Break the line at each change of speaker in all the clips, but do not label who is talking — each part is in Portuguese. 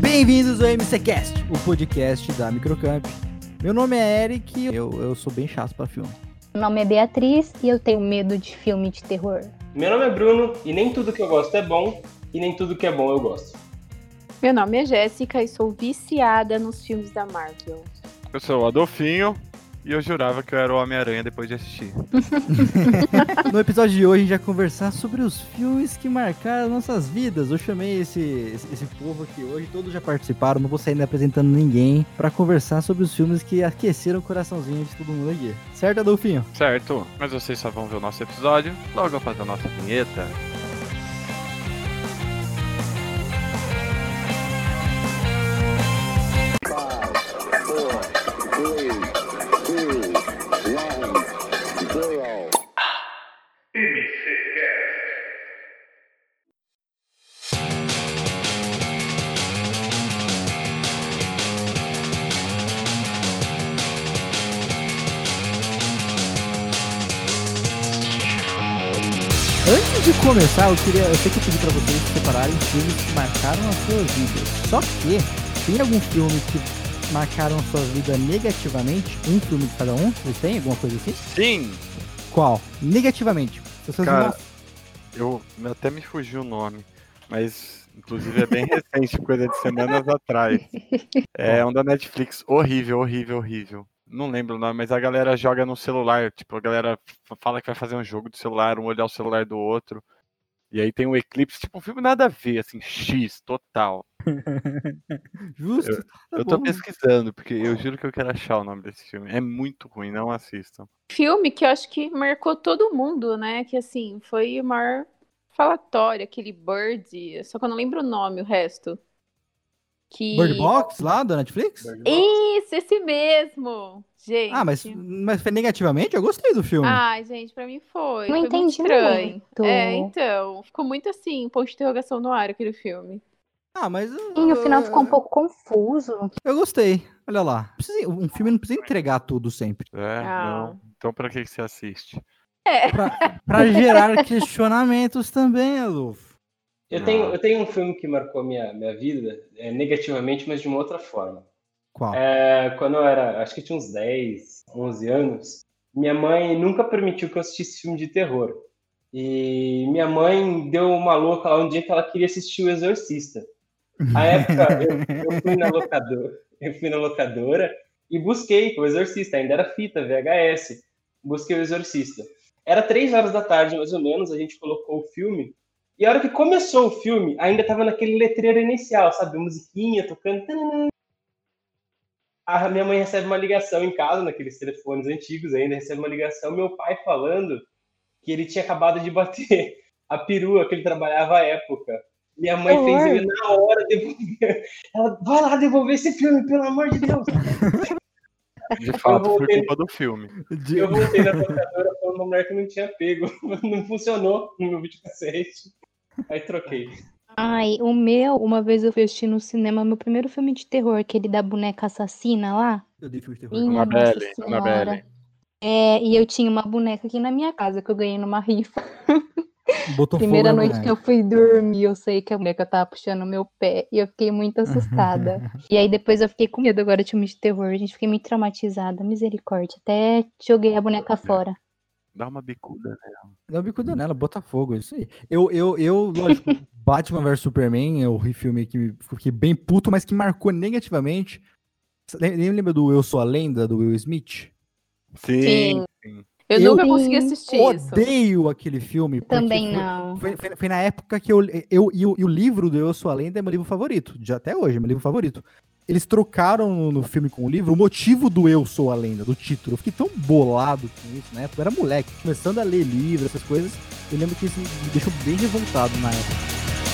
Bem-vindos ao MCCast, o podcast da Microcamp. Meu nome é Eric, eu, eu sou bem chato pra filme.
Meu nome é Beatriz e eu tenho medo de filme de terror.
Meu nome é Bruno e nem tudo que eu gosto é bom e nem tudo que é bom eu gosto.
Meu nome é Jéssica e sou viciada nos filmes da Marvel.
Eu sou o Adolfinho e eu jurava que eu era o Homem-Aranha depois de assistir.
No episódio de hoje a gente vai conversar sobre os filmes que marcaram nossas vidas. Eu chamei esse, esse esse povo aqui hoje, todos já participaram, não vou sair ainda apresentando ninguém, pra conversar sobre os filmes que aqueceram o coraçãozinho de todo mundo aqui. Certo, Adolfinho?
Certo, mas vocês só vão ver o nosso episódio logo após a nossa vinheta.
Antes de começar, eu queria. Eu sei que eu pedi pra vocês separarem filmes que marcaram as suas vidas. Só que tem algum filme que marcaram a sua vida negativamente? Um filme de cada um? Vocês têm alguma coisa assim?
Sim!
Qual? Negativamente. Vocês
Cara,
não-
Eu até me fugiu o nome, mas inclusive é bem recente, coisa de semanas atrás. É um da Netflix, horrível, horrível, horrível. Não lembro o nome, mas a galera joga no celular, tipo, a galera f- fala que vai fazer um jogo do celular, um olhar o celular do outro. E aí tem o Eclipse, tipo, um filme nada a ver, assim, X, total.
Justo. tá
eu tô
bom.
pesquisando, porque eu juro que eu quero achar o nome desse filme. É muito ruim, não assistam.
Filme que eu acho que marcou todo mundo, né? Que assim, foi o maior falatório, aquele Bird, só que eu não lembro o nome, o resto. Que...
Bird Box lá da Netflix?
Isso, esse mesmo! Gente.
Ah, mas, mas foi negativamente? Eu gostei do filme.
Ah.
Ai, gente, pra mim foi.
Não
foi muito
entendi
estranho.
muito.
É, então. Ficou muito assim, ponto de interrogação no ar aquele filme.
Ah, mas.
Sim, o final
eu-
ficou um pouco confuso.
Eu gostei. Olha lá. Não precisa- um filme não precisa entregar tudo sempre.
É,
Ah.
não. Então pra que que você assiste?
Pra gerar questionamentos também, Adolfo.
Eu tenho,
Ah.
eu tenho um filme que marcou minha, minha vida é, negativamente, mas de uma outra forma.
Qual?
É, quando eu era, acho que eu tinha uns 10, 11 anos, minha mãe nunca permitiu que eu assistisse filme de terror. E minha mãe deu uma louca lá um dia que ela queria assistir O Exorcista. A época, eu, eu fui na locadora, eu fui na locadora e busquei O Exorcista, ainda era fita, VHS. Busquei O Exorcista. Era três horas da tarde, mais ou menos, a gente colocou o filme. E a hora que começou o filme, ainda tava naquele letreiro inicial, sabe? Musiquinha tocando. tananã. A minha mãe recebe uma ligação em casa, naqueles telefones antigos ainda, recebe uma ligação, meu pai falando que ele tinha acabado de bater a perua que ele trabalhava à época. Minha mãe
Que
fez
horror.
ele na hora devolver. Ela, vai lá devolver esse filme, pelo amor de Deus.
De fato, foi
voltei-
culpa do filme.
De-
Eu voltei na locadora falando uma mulher que não tinha pego. Não funcionou no meu videocassete. Aí troquei.
Ai, o meu, uma vez eu fui assistir no cinema meu primeiro filme de terror, aquele da boneca assassina lá.
Eu dei filme de terror.
Minha
Annabelle,
Nossa
Annabelle.
Senhora. É, e eu tinha uma boneca aqui na minha casa que eu ganhei numa rifa.
Botou
Primeira
fogo na
noite que eu fui dormir, eu sei que a boneca tava puxando o meu pé e eu fiquei muito assustada. e aí depois eu fiquei com medo agora de filme de terror, gente, fiquei muito traumatizada, misericórdia. Até joguei a boneca fora.
Dá uma bicuda. né?
Dá um bicuda nela, bota fogo, é isso aí. Eu, eu, eu lógico, Batman vs Superman é o filme que me- fiquei bem puto, mas que marcou negativamente. Cê lem- Nem lembra do Eu Sou a Lenda, do Will Smith?
Sim.
sim.
Eu,
Eu-
nunca consegui assistir isso.
Odeio aquele filme. porque
Também
foi-
não.
Foi, foi- foi na época que eu, eu, e o- e o livro do Eu Sou a Lenda é meu livro favorito. De até hoje, é meu livro favorito. Eles trocaram no, no filme com o livro o motivo do Eu Sou a Lenda, do título. Eu fiquei tão bolado com isso na época. Eu era moleque, começando a ler livro, essas coisas. Eu lembro que isso me deixou bem revoltado na época.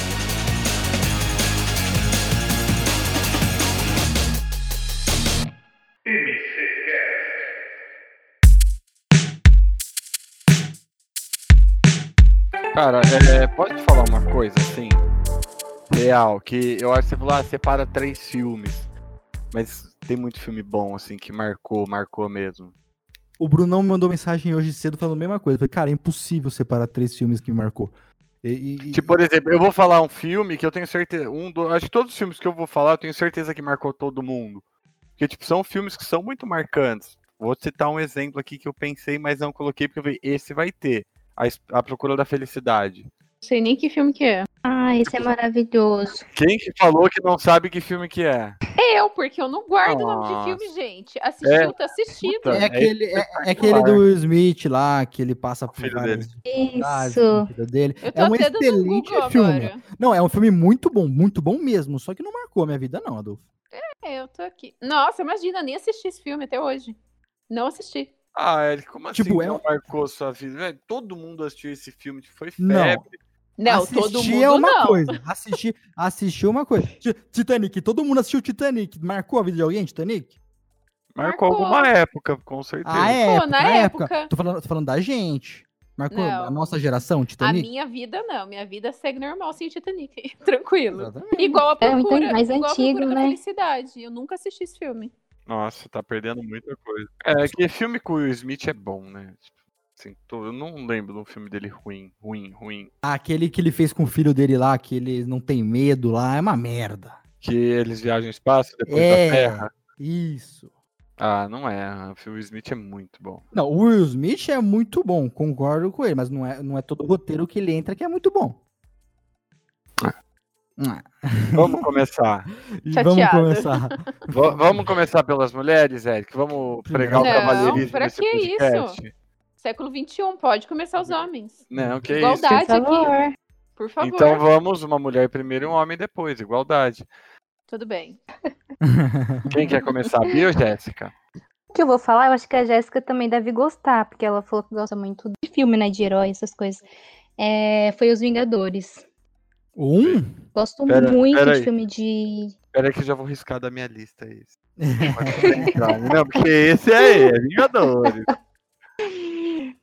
Cara, é, pode te falar uma coisa, assim, real, que eu acho que você falou, ah, separa três filmes, mas tem muito filme bom, assim, que marcou, marcou mesmo.
O Brunão me mandou mensagem hoje cedo falando a mesma coisa. Eu falei, cara, é impossível separar três filmes que me marcou. E- e-
Tipo, por exemplo, eu vou falar um filme que eu tenho certeza. Um do, acho que todos os filmes que eu vou falar, eu tenho certeza que marcou todo mundo. Porque, tipo, são filmes que são muito marcantes. Vou citar um exemplo aqui que eu pensei, mas não coloquei, porque eu falei, esse vai ter. A, Es- a Procura da Felicidade.
Não sei nem que filme que é.
Ah, esse é maravilhoso.
Quem que falou que não sabe que filme que é?
Eu, porque eu não guardo o nome de
Nossa.
filme, gente. Assistiu, tá assistido.
Puta.
É
é
aquele, é, é aquele do Will Smith lá, que ele passa por
filho
várias dificuldades com o
Isso.
filho dele.
Eu tô
É um
até dando um
excelente
Google
filme.
agora.
Não, é um filme muito bom, muito bom mesmo. Só que não marcou a minha vida, não, Adolfo.
É, eu tô aqui. Nossa, imagina, nem assisti esse filme até hoje. Não assisti.
Ah, Eric, como assim
Tipo, é
não
um-
marcou sua vida? Velho, todo mundo assistiu esse filme, tipo, foi
Não.
febre.
Não,
assistir
todo mundo
é uma
não.
coisa. Assistir, assistir é uma coisa. Ti- Titanic, todo mundo assistiu Titanic. Marcou a vida de alguém, Titanic?
Marcou,
Marcou.
alguma época, com certeza.
Ah, é.
na época.
Tô, falando, tô falando da gente. Marcou
Não.
a nossa geração,
A
Titanic?
minha vida não, minha vida segue normal sem Titanic, tranquilo.
Exatamente.
Igual a
É muito
procura,
mais
igual a
antigo,
procura da
né?
felicidade. Eu nunca assisti esse filme.
Nossa, tá perdendo muita coisa. É que filme com o Will Smith é bom, né? Tipo, assim, tô- eu não lembro de um filme dele ruim, ruim, ruim.
Aquele que ele fez com o filho dele lá, que ele não tem medo lá, é uma merda.
Que eles viajam no espaço depois
É.
da Terra.
Isso.
Ah, não é. O filme Smith é muito bom.
Não, o Will Smith é muito bom, concordo com ele, mas não é, não é todo roteiro que ele entra que é muito bom. Ah,
Vamos começar.
e vamos
Chateada.
começar.
Va- vamos começar pelas mulheres, Eric? Vamos pregar o
Não,
cavalheirismo
pra
nesse
que isso?
podcast?
Século XXI, pode começar os homens.
Não, que isso.
Igualdade
Por
aqui,
favor.
por favor.
Então vamos, uma mulher primeiro e um homem depois, igualdade.
Tudo bem.
Quem quer começar? Bia ou Jéssica?
O que eu vou falar, eu acho que a Jéssica também deve gostar, porque ela falou que gosta muito de filme, né? De herói, essas coisas. É, foi Os Vingadores.
um?
Gosto
Pera-
muito
pera aí.
de filme de.
Pera aí que eu já vou riscar da minha lista esse. Não, porque esse é ele, Vingadores.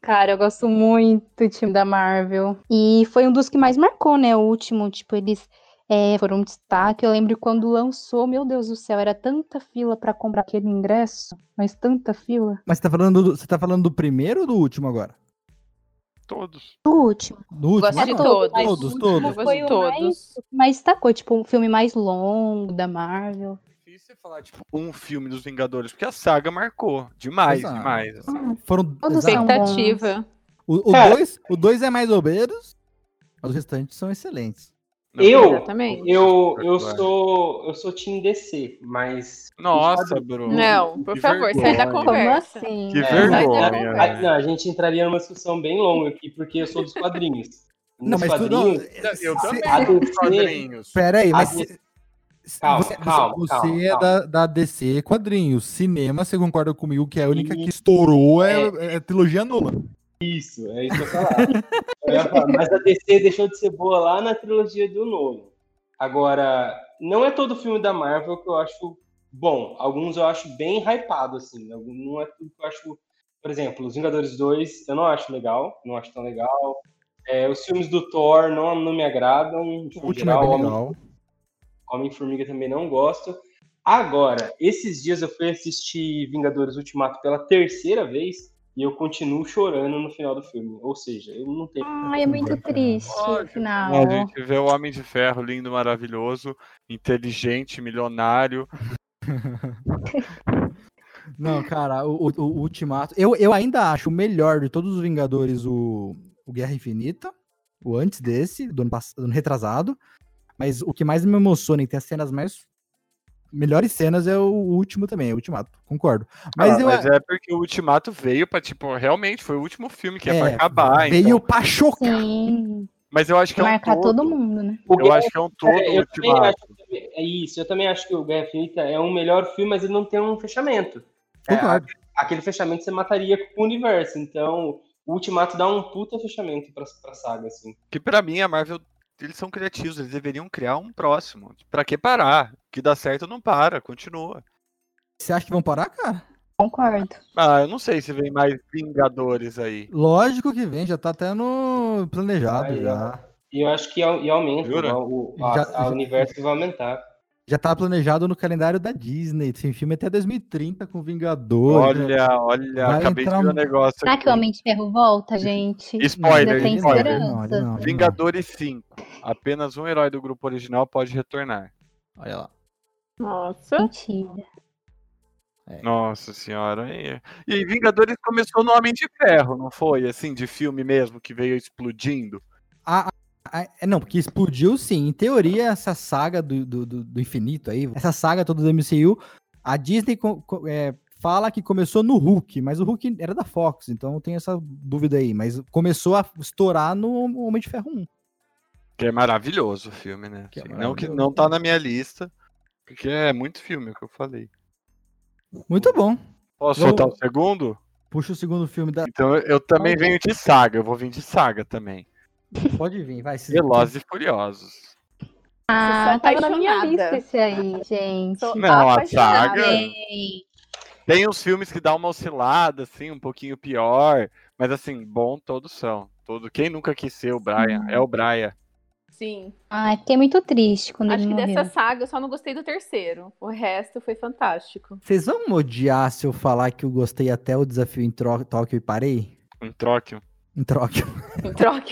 Cara, eu gosto muito do time da Marvel. E foi um dos que mais marcou, né? O último, tipo, eles é, foram um destaque. Eu lembro quando lançou, meu Deus do céu, era tanta fila pra comprar aquele ingresso, mas tanta fila.
Mas você tá, falando do, você tá falando do primeiro ou do último agora?
Todos.
O último.
Do último? Ah,
Gosto de
agora?
todos.
Todos,
Eu
todos.
gosto
Foi
de
o
todos.
Mas destacou, tipo, um filme mais longo da Marvel.
Difícil falar, tipo, um filme dos Vingadores, porque a saga marcou. Demais,
Exato.
demais. assim.
Foram,
Todos
exato.
são bons.
Expectativa.
O, o
Cara.
dois, o dois é mais ou menos, mas os restantes são excelentes.
Não,
Eu-
Exatamente.
Eu,
Claro.
eu sou eu sou time DC, mas
Nossa, Bruno.
Não, por
Que
favor, sai da
vergonha.
conversa.
Como assim?
Que
É,
vergonha.
sai da
né?
a, não, a gente entraria numa discussão bem longa aqui, porque eu sou dos quadrinhos.
Não,
Nos
mas tudo.
quadrinhos,
Eu
se-
também
a
sou dos
DC
quadrinhos.
Pera aí, mas.
A
se- se-
Calma,
você
calma,
você
calma,
é
calma.
Da, da DC quadrinhos. Cinema, você concorda comigo que é a única que estourou é, é a trilogia nula.
Isso, é isso que eu falava. Eu ia falar, mas a DC deixou de ser boa lá na trilogia do Nolan. Agora, não é todo filme da Marvel que eu acho bom. Alguns eu acho bem hypado, assim. Algum- Não é tudo que eu acho. Por exemplo, Os Vingadores 2 eu não acho legal, não acho tão legal. É, os filmes do Thor não, não me agradam.
O
Tipo,
último é
geral,
bem
Homem-
legal.
Homem-Formiga também não gosto. Agora, esses dias eu fui assistir Vingadores Ultimato pela terceira vez e eu continuo chorando no final do filme. Ou seja, eu não tenho.
Ai, é muito
né?
triste no
Ah.
final.
A gente vê o Homem de Ferro lindo, maravilhoso, inteligente, milionário.
Não, cara, o, o- o Ultimato. Eu, eu ainda acho o melhor de todos os Vingadores o, o Guerra Infinita, o antes desse, do ano, pass- do ano retrasado. Mas o que mais me emociona e tem as cenas mais. Melhores cenas é o último também, o Ultimato, concordo. Mas
Ah,
eu.
mas é porque o Ultimato veio pra, tipo, realmente foi o último filme que é, pra
é,
acabar.
Veio
então.
pra chocar.
Sim,
Mas eu acho que é um
marcar
todo.
todo mundo, né?
O
Eu
Guerra-
acho que é um todo
É,
o
eu também
Ultimato.
é isso, eu também acho que o Guerra Infinita é um melhor filme, mas ele não tem um fechamento. É,
Concordo.
aquele fechamento você mataria com o universo. Então, o Ultimato dá um puta fechamento pra, pra saga, assim.
Que pra mim a Marvel, eles são criativos, eles deveriam criar um próximo. Pra que parar? O que dá certo não para, continua.
Você acha que vão parar, cara?
Concordo.
Ah, eu não sei se vem mais Vingadores aí.
Lógico que vem, já tá até no planejado
Aí, ó.
já.
E eu acho que au- e aumenta,
Jura?
o, o- a-
Já-
a
já-
universo vai aumentar.
Já tá planejado no calendário da Disney. Tem filme até 2030 com né? Vingador.
Olha, olha,
é. Vai
acabei de
entrar
ver um
um-
negócio.
Será
aqui.
que o Homem de Ferro volta, gente?
Spoiler,
Ainda tem
spoiler.
esperança.
Não, não, não.
Vingadores 5. Apenas um herói do grupo original pode retornar. Olha lá.
Nossa.
Mentira.
Nossa senhora. E e aí, Vingadores começou no Homem de Ferro, não foi? Assim, de filme mesmo, que veio explodindo.
A- a- a- é, não, porque explodiu sim. Em teoria, essa saga do, do, do- do infinito aí, essa saga toda do MCU, a Disney co- co- é, fala que começou no Hulk, mas o Hulk era da Fox, então tem essa dúvida aí. Mas começou a estourar no Homem de Ferro 1.
Que é maravilhoso o filme, né?
Que é
Assim, não que
maravilhoso.
não tá na minha lista, porque é muito filme o que eu falei.
Muito bom.
Posso
Vamos-
soltar o segundo?
Puxa o segundo filme da.
Então eu- eu também venho de saga, eu vou vir de saga também.
Pode vir, vai. se-
Velozes e Furiosos.
Ah,
só tá
tava na minha
apaixonada.
lista esse aí, gente.
Sou
Não, a
apaixonada.
saga-
Ei,
Tem uns filmes que dá uma oscilada, assim, um pouquinho pior, mas assim, bom todos são. Todo... Quem nunca quis ser o Brian? É o Brian.
Sim.
Ah, fiquei muito triste quando
Acho
ele
que
morreu.
dessa saga eu só não gostei do terceiro. O resto foi fantástico.
Vocês vão me odiar se eu falar que eu gostei até o desafio em Tro- Tóquio e parei?
Um troque.
Em Tóquio.
Em troca.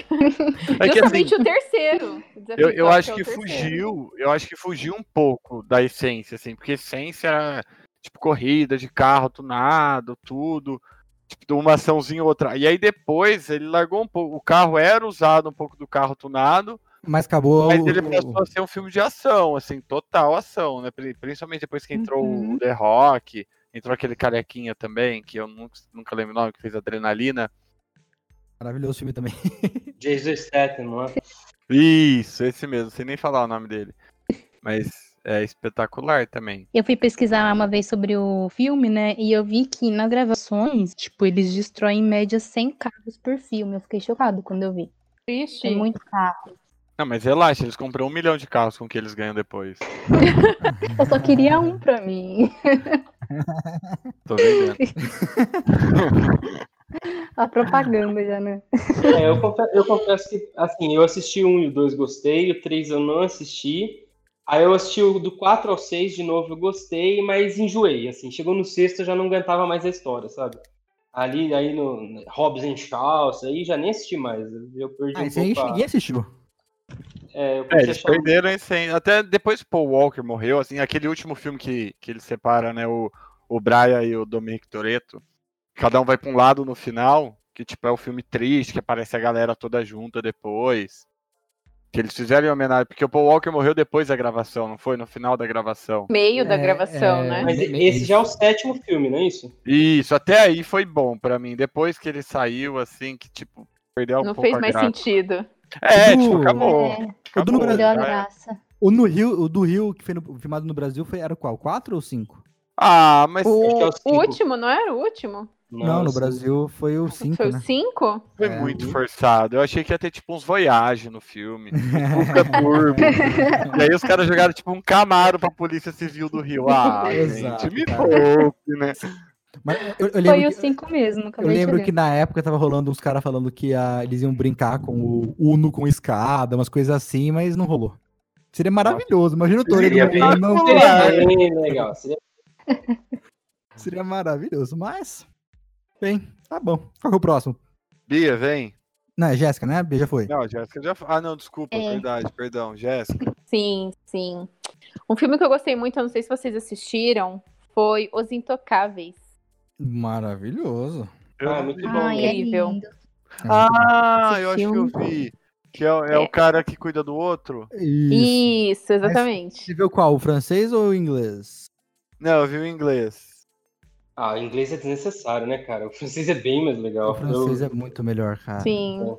É que, assim,
Justamente o terceiro. O desafio
eu, eu
Tóquio
acho
é o
que
terceiro.
fugiu, eu acho que fugiu um pouco da essência, assim, porque essência era, tipo, corrida de carro, tunado, tudo, tipo, uma açãozinha ou outra. E aí depois ele largou um pouco, o carro era usado um pouco do carro tunado,
Mas acabou.
mas
o-
ele
o-
passou a ser um filme de ação, assim, total ação, né, Pri- principalmente depois que entrou
Uhum.
o The Rock, entrou aquele carequinha também, que eu nunca, nunca lembro o nome, que fez Adrenalina.
Maravilhoso filme também.
Jason Statham, não é?
Isso, esse mesmo, sem nem falar o nome dele. Mas é espetacular também.
Eu fui pesquisar uma vez sobre o filme, né? E eu vi que nas gravações, tipo, eles destroem em média 100 carros por filme. Eu fiquei chocado quando eu vi.
Triste.
É muito carro.
Não, mas relaxa, eles compram um milhão de carros com o que eles ganham depois.
Eu só queria um pra mim.
Tô vendo.
A propaganda já, né?
É, eu, confe- eu confesso que, assim, eu assisti o 1 e o 2, gostei, o 3 eu não assisti. Aí eu assisti o do 4 ao 6 de novo, eu gostei, mas enjoei, assim. Chegou no sexto, eu já não aguentava mais a história, sabe? Ali, aí no Hobbs and Shaw, isso aí já nem assisti mais. Eu perdi
Ah,
um
esse aí
pouco a-
ninguém assistiu.
É, eu
É,
comecei a
eles
um-
achar-
perderam esse aí. Até depois que Paul Walker morreu, assim, aquele último filme que, que eles separam, né, o, o Brian e o Dominic Toretto, cada um vai pra um lado no final, que, tipo, é o filme triste, que aparece a galera toda junta depois. Que eles fizeram em homenagem, porque o Paul Walker morreu depois da gravação, não foi? No final da gravação.
Meio da
É,
gravação,
é.
né?
Mas
Bem- bem
esse
isso.
já é o sétimo filme, não é isso?
Isso, até aí foi bom pra mim. Depois que ele saiu, assim, que, tipo, perdeu um
Não
pouco
fez
a
mais
graça.
sentido.
É,
Edu,
tipo, acabou.
É,
O do, no
Acabou,
Brasil,
perdeu a
já é.
graça.
o, no Rio, o do Rio, que foi no- filmado no Brasil, foi, era qual? 4 ou 5?
Ah, mas
O,
Acho que é o
o
cinco.
último, não era o último?
Não, no
Nossa.
Brasil foi o 5,
foi
né?
o cinco?
foi
É.
muito forçado. Eu achei que ia ter, tipo, uns voyage no filme. Nunca turbo. e aí os caras jogaram, tipo, um Camaro pra Polícia Civil do Rio. Ah,
Exato,
gente, me
cara.
poupe, né?
Mas eu, eu lembro,
Foi o
que,
5 mesmo.
eu
acabei de
lembro
ver.
que na época tava rolando uns caras falando que ah, eles iam brincar com o Uno com escada, umas coisas assim, mas não rolou. Seria maravilhoso, imagina o Toreto
Seria bem-
não
Seria é bem legal. Seria...
Seria maravilhoso, mas. Bem, tá bom. Qual que é o próximo?
Bia, vem.
Não, é Jéssica, né? Já foi.
Não, Jéssica já. Ah, não, desculpa,
É.
verdade, perdão, Jéssica.
Sim, sim. Um filme que eu gostei muito, eu não sei se vocês assistiram, foi Os Intocáveis.
Maravilhoso.
Eu
Ah,
não
muito
vi.
bom.
Ai, é
Incrível.
lindo.
Ah,
Esse
eu acho que eu
filme.
vi. Que é, é o
É.
cara que cuida do outro.
Isso.
Isso, exatamente.
Você viu qual? O francês ou o inglês?
Não, eu vi o inglês.
Ah, o inglês é desnecessário, né, cara? O francês é bem mais legal.
O francês
Eu-
é muito melhor, cara.
Sim.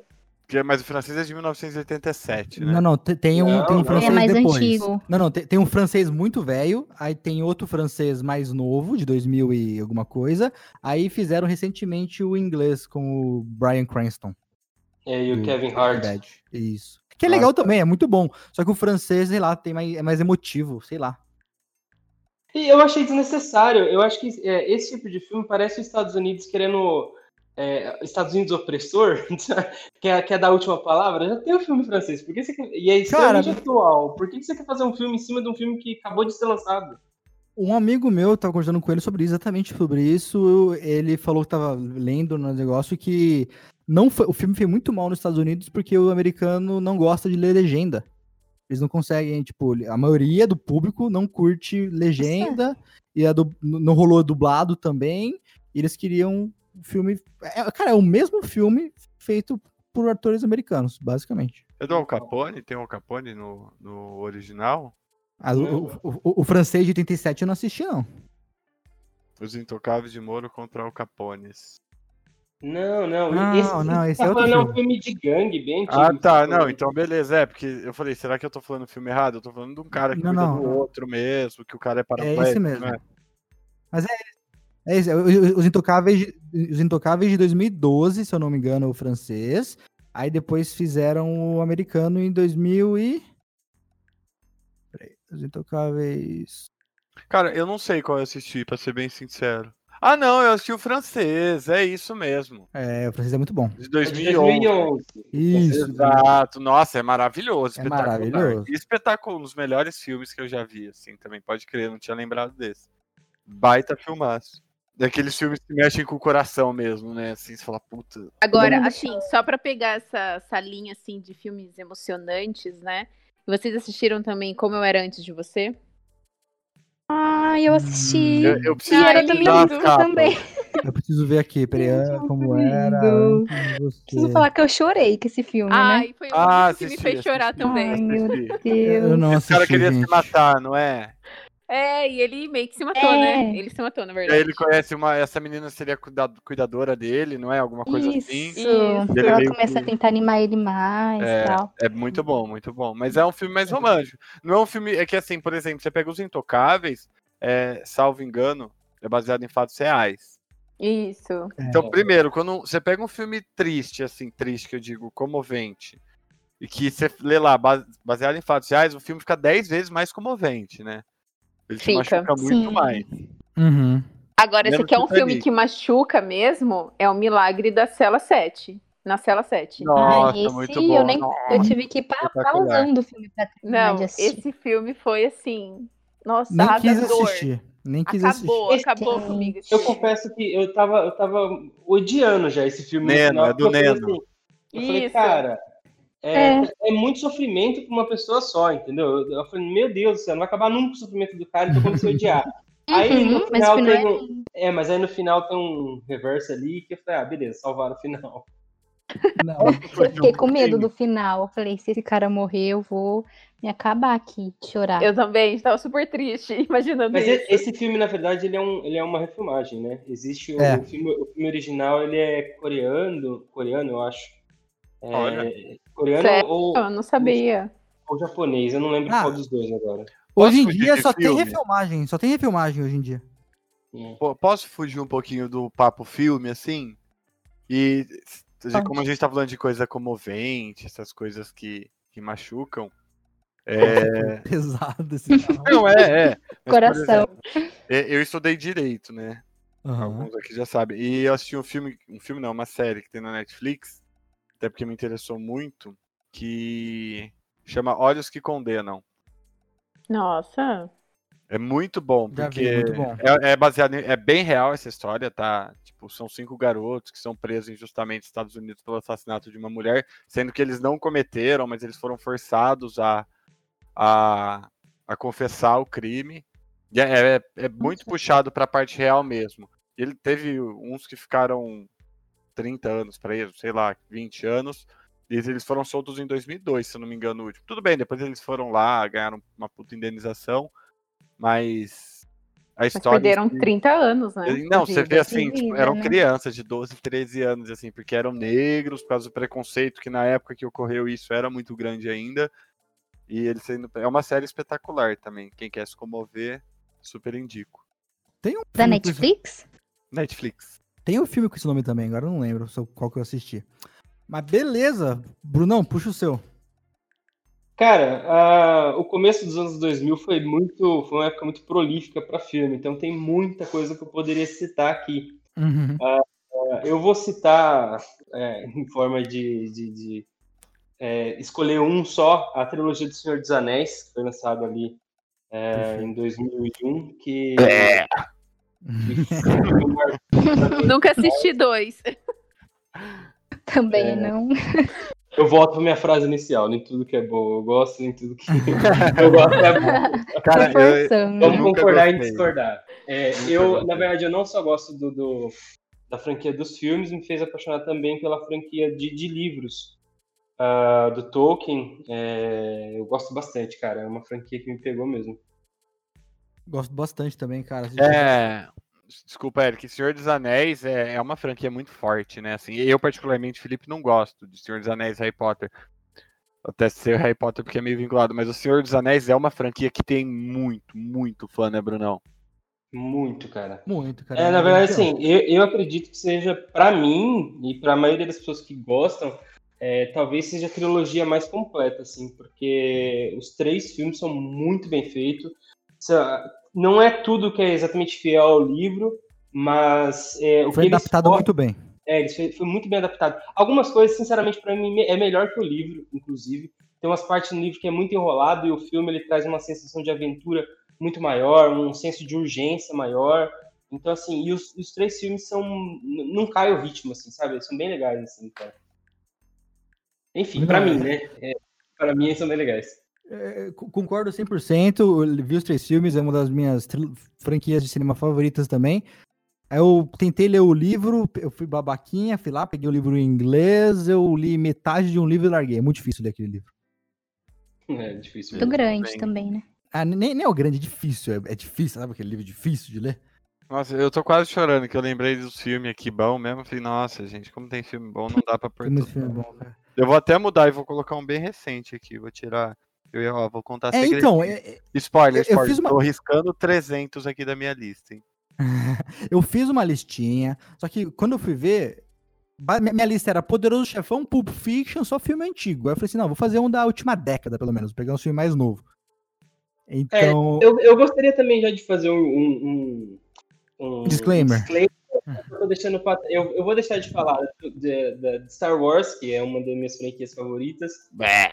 Que é- Mas o francês é de 1987, né?
Não, não, te- tem um,
Não,
tem um
não.
francês
É mais
depois.
antigo.
Não, não, te- tem, um francês muito velho, aí tem outro francês mais novo, de 2000 e alguma coisa. Aí fizeram recentemente o inglês com o Brian Cranston.
É, e o
do
Kevin
Breaking
Hart.
Bad. Isso. Que é
Claro.
legal também, é muito bom. Só que o francês, sei lá, tem mais, é mais emotivo, sei lá.
E eu achei desnecessário. Eu acho que é, esse tipo de filme parece os Estados Unidos querendo é, Estados Unidos opressor, quer, quer dar a última palavra, já tem um filme francês. Por que você quer, e é extremamente
Cara,
atual. Por que que você quer fazer um filme em cima de um filme que acabou de ser lançado?
Um amigo meu, eu tava conversando com ele sobre isso, exatamente sobre isso. Ele falou que tava lendo no negócio que não foi, o filme foi muito mal nos Estados Unidos porque o americano não gosta de ler legenda. Eles não conseguem, tipo, a maioria do público não curte legenda e a du- não rolou dublado também. E eles queriam um filme. é, cara, é o mesmo filme feito por atores americanos, basicamente.
É do Al Capone? Tem o Al Capone no, no original?
Ah, o, o- o- o francês de 87 eu não assisti, não.
Os Intocáveis de Moro contra Al Capones.
Não, não.
Não,
esse,
não, esse
tá
é outro
falando, um
filme.
filme de gangue, bem antigo.
Ah, tá. Não,
então.
então beleza. É, porque eu falei, será que eu tô falando filme errado? Eu tô falando de um cara que
Não,
cuida
não,
do
não.
outro mesmo, que o cara é para
esse mesmo. É isso, é, o- o- os Intocáveis, de- os Intocáveis de 2012, se eu não me engano, o francês. Aí depois fizeram o americano em 2000 e... Peraí, os Intocáveis...
Cara, eu não sei qual eu assisti, pra ser bem sincero. Ah, não, eu assisti o francês, é isso mesmo.
É, o francês é muito bom.
De
É de
2011.
2011.
Isso.
Exato, nossa, é maravilhoso,
É
espetacular.
maravilhoso.
Espetáculo, um dos melhores filmes que eu já vi, assim, também pode crer, eu não tinha lembrado desse. Baita filmaço. Daqueles filmes que mexem com o coração mesmo, né? Assim, você fala, puta.
Agora,
Vamos
assim, só pra pegar essa, essa linha assim de filmes emocionantes, né? Vocês assistiram também Como Eu Era Antes de Você?
Ah, eu assisti.
Hum, Eu, tá, eu preciso
Ah,
era
pesquisar
lindo
as
também.
capas.
Eu preciso ver aqui, peraí, ah, como era...
é um lindo.
antes de
Preciso
você.
falar que eu chorei com esse filme, né?
Ai, foi um
Ah,
que me
assisti,
fez chorar
assisti.
Ai,
também.
meu
Assisti.
Eu
Deus.
não
Esse cara
assisti,
queria se
gente.
matar, não é?
É, e ele meio que se matou,
É.
né? Ele se matou, na
E aí
verdade.
ele conhece uma. Essa menina seria cuida- cuidadora dele, não é? Alguma coisa
Isso.
assim.
Isso.
Ele
Ela
meio
começa a
que-
tentar animar ele mais e
É.
tal.
É muito bom, muito bom. Mas é um filme
Uhum.
mais romântico. Não é um filme. É que assim, por exemplo, você pega Os Intocáveis, é, salvo engano, é baseado em fatos reais.
Isso.
É.
Então, primeiro, quando você pega um filme triste, assim, triste, que eu digo, comovente, e que você lê lá, base- baseado em fatos reais, o filme fica 10 vezes mais comovente, né? Ele te
Fica.
machuca muito
Sim.
mais.
Uhum.
Agora, esse
Menos
aqui é um
Titanic.
filme que machuca mesmo, é o Milagre da Cela 7. Na Cela 7.
Nossa,
esse
muito bom.
eu nem-
nossa.
Eu tive que ir pa
Espetacular.
pausando o filme pra terminar
Não,
de assistir.
esse filme foi assim. Nossa,
Nem quis
arrasador.
assistir. Nem quis
Acabou,
assistir.
acabou
Esse- é
comigo. esse
Eu
filme.
confesso que eu tava, eu tava odiando já esse filme.
Neno,
final,
é
porque
do
eu falei
Neno.
assim, eu falei,
Isso.
cara, é,
É.
é muito sofrimento pra uma pessoa só, entendeu? Eu, eu falei, meu Deus do céu, não vai acabar nunca o sofrimento do cara, então eu comecei a odiar. Aí no
Uhum, mas o
final
final
tem um, é, mas aí no final tem um reverse ali que eu falei, ah, beleza, salvaram o final.
assistir. Não.
Foi
Eu fiquei
um
com medo
crime.
do final. Eu falei, se esse cara morrer, eu vou me acabar aqui, de chorar.
Eu também estava super triste, imaginando
Mas
isso.
e- esse filme, na verdade, ele é, um, ele é uma refilmagem, né? Existe o,
É.
o filme, o filme original, ele é coreano, coreano, eu acho. É,
Olha.
coreano
Sério?
Tipo,
ou,
Eu não sabia.
ou japonês, eu não lembro
Ah.
qual dos dois agora.
Hoje em
fugir
dia
de
só tem
filme?
refilmagem, só tem refilmagem hoje em dia.
Po- Posso fugir um pouquinho do papo filme, assim? E s-
Pode.
como a gente tá falando de coisa comovente, essas coisas que, que machucam. É...
Pesado esse final.
Não, é, é. Mas, por
Coração.
exemplo, é, eu estudei direito, né?
Aham.
Alguns aqui já sabem. E eu assisti um filme, um filme não, uma série que tem na Netflix, até porque me interessou muito, que chama Olhos que Condenam.
Nossa.
É muito bom,
Já
porque
vi, né? muito bom.
É, é baseado em, é bem real essa história, tá? Tipo, são cinco garotos que são presos injustamente nos Estados Unidos pelo assassinato de uma mulher, sendo que eles não cometeram, mas eles foram forçados a, a, a confessar o crime. E é, é- é muito puxado pra parte real mesmo. Ele teve uns que ficaram 30 anos presos, sei lá, 20 anos. E eles foram soltos em 2002, se eu não me engano, o último. Tudo bem, depois eles foram lá, ganharam uma puta indenização, mas a
Mas
história. em
perderam
si-
30 anos, né?
Ele- Não,
de
você
vida.
vê assim,
vida,
tipo, eram
né?
crianças de 12, 13 anos, assim, porque eram negros, por causa do preconceito, que na época que ocorreu isso era muito grande ainda. E ele sendo. É uma série espetacular também. Quem quer se comover, super indico.
Tem um
Da
filme com esse-
Netflix?
Netflix.
Tem um filme com esse nome também, agora eu não lembro só qual que eu assisti. Mas beleza, Brunão, puxa o seu.
Cara, ah, o começo dos anos 2000 foi muito, foi uma época muito prolífica para filme, então tem muita coisa que eu poderia citar aqui.
Uhum.
Ah, eu vou citar é, em forma de, de- de, é, escolher um só, a trilogia do Senhor dos Anéis, que foi lançada ali é, em 2001, que...
É.
Nunca assisti dois.
Também
É.
não.
Eu volto pra minha frase inicial, nem tudo que é bom eu gosto, nem tudo que eu gosto é bom.
Cara,
Tô
eu,
forçando.
Vamos
Nunca
concordar em
gostei.
discordar. É,
Nunca
eu,
gostei.
na verdade, eu não só gosto do, do- da franquia dos filmes, me fez apaixonar também pela franquia de, de livros ah, do Tolkien. É, eu gosto bastante, cara. É uma franquia que me pegou mesmo.
Gosto bastante também, cara.
É. Desculpa, Eric, Senhor dos Anéis é, é uma franquia muito forte, né? Assim, eu, particularmente, Felipe, não gosto de Senhor dos Anéis e Harry Potter. Até ser Harry Potter porque é meio vinculado, mas o Senhor dos Anéis é uma franquia que tem muito, muito fã, né, Brunão?
Muito, cara.
Muito, cara.
É,
Muito
na verdade,
legal.
assim, eu, eu acredito que seja, pra mim, e pra maioria das pessoas que gostam, é, talvez seja a trilogia mais completa, assim, porque os três filmes são muito bem feitos. Sa- Não é tudo que é exatamente fiel ao livro, mas é, o
Foi
que eles
adaptado
fo-
muito bem.
é, ele foi, foi muito bem adaptado. Algumas coisas, sinceramente, pra mim me- é melhor que o livro, inclusive. Tem umas partes no livro que é muito enrolado e o filme ele traz uma sensação de aventura muito maior, um senso de urgência maior. Então, assim, e os, os três filmes são. n- Não cai o ritmo, assim, sabe? Eles são bem legais, assim, cara. Enfim, pra mim, né? É, pra mim, eles são bem legais.
É, co- concordo 100%. eu Vi os três filmes, é uma das minhas tri- franquias de cinema favoritas também. Aí eu tentei ler o livro, eu fui babaquinha, fui lá, peguei o livro em inglês, eu li metade de um livro e larguei. É muito difícil ler aquele livro.
É difícil.
Muito
mesmo.
grande
Bem.
também, né?
Ah, nem, nem é o grande, é difícil. É, é difícil, sabe aquele livro difícil de ler?
Nossa, eu tô quase chorando, que eu lembrei dos filmes aqui bom mesmo. Falei, nossa, gente, como tem filme bom, não dá pra pôr
Tem muito
tudo.
filme bom, né? cara.
Eu vou até mudar e vou colocar um bem recente aqui. Vou tirar. Eu ia, ó, vou contar
É,
segredinho.
então, é- é- eu-
Spoiler,
eu
spoiler.
fiz uma-
Tô riscando 300 aqui da minha lista, hein?
eu fiz uma listinha, só que quando eu fui ver, ba- minha minha lista era Poderoso Chefão, Pulp Fiction, só filme antigo. Aí eu falei assim, não, vou fazer um da última década, pelo menos, vou pegar um filme mais novo. Então,
Eu, eu gostaria também já de fazer um, um- um- um
Disclaimer.
disclaimer. Eu, tô deixando pra- eu- eu vou deixar de falar de, de- de Star Wars, que é uma das minhas franquias favoritas.
Bé.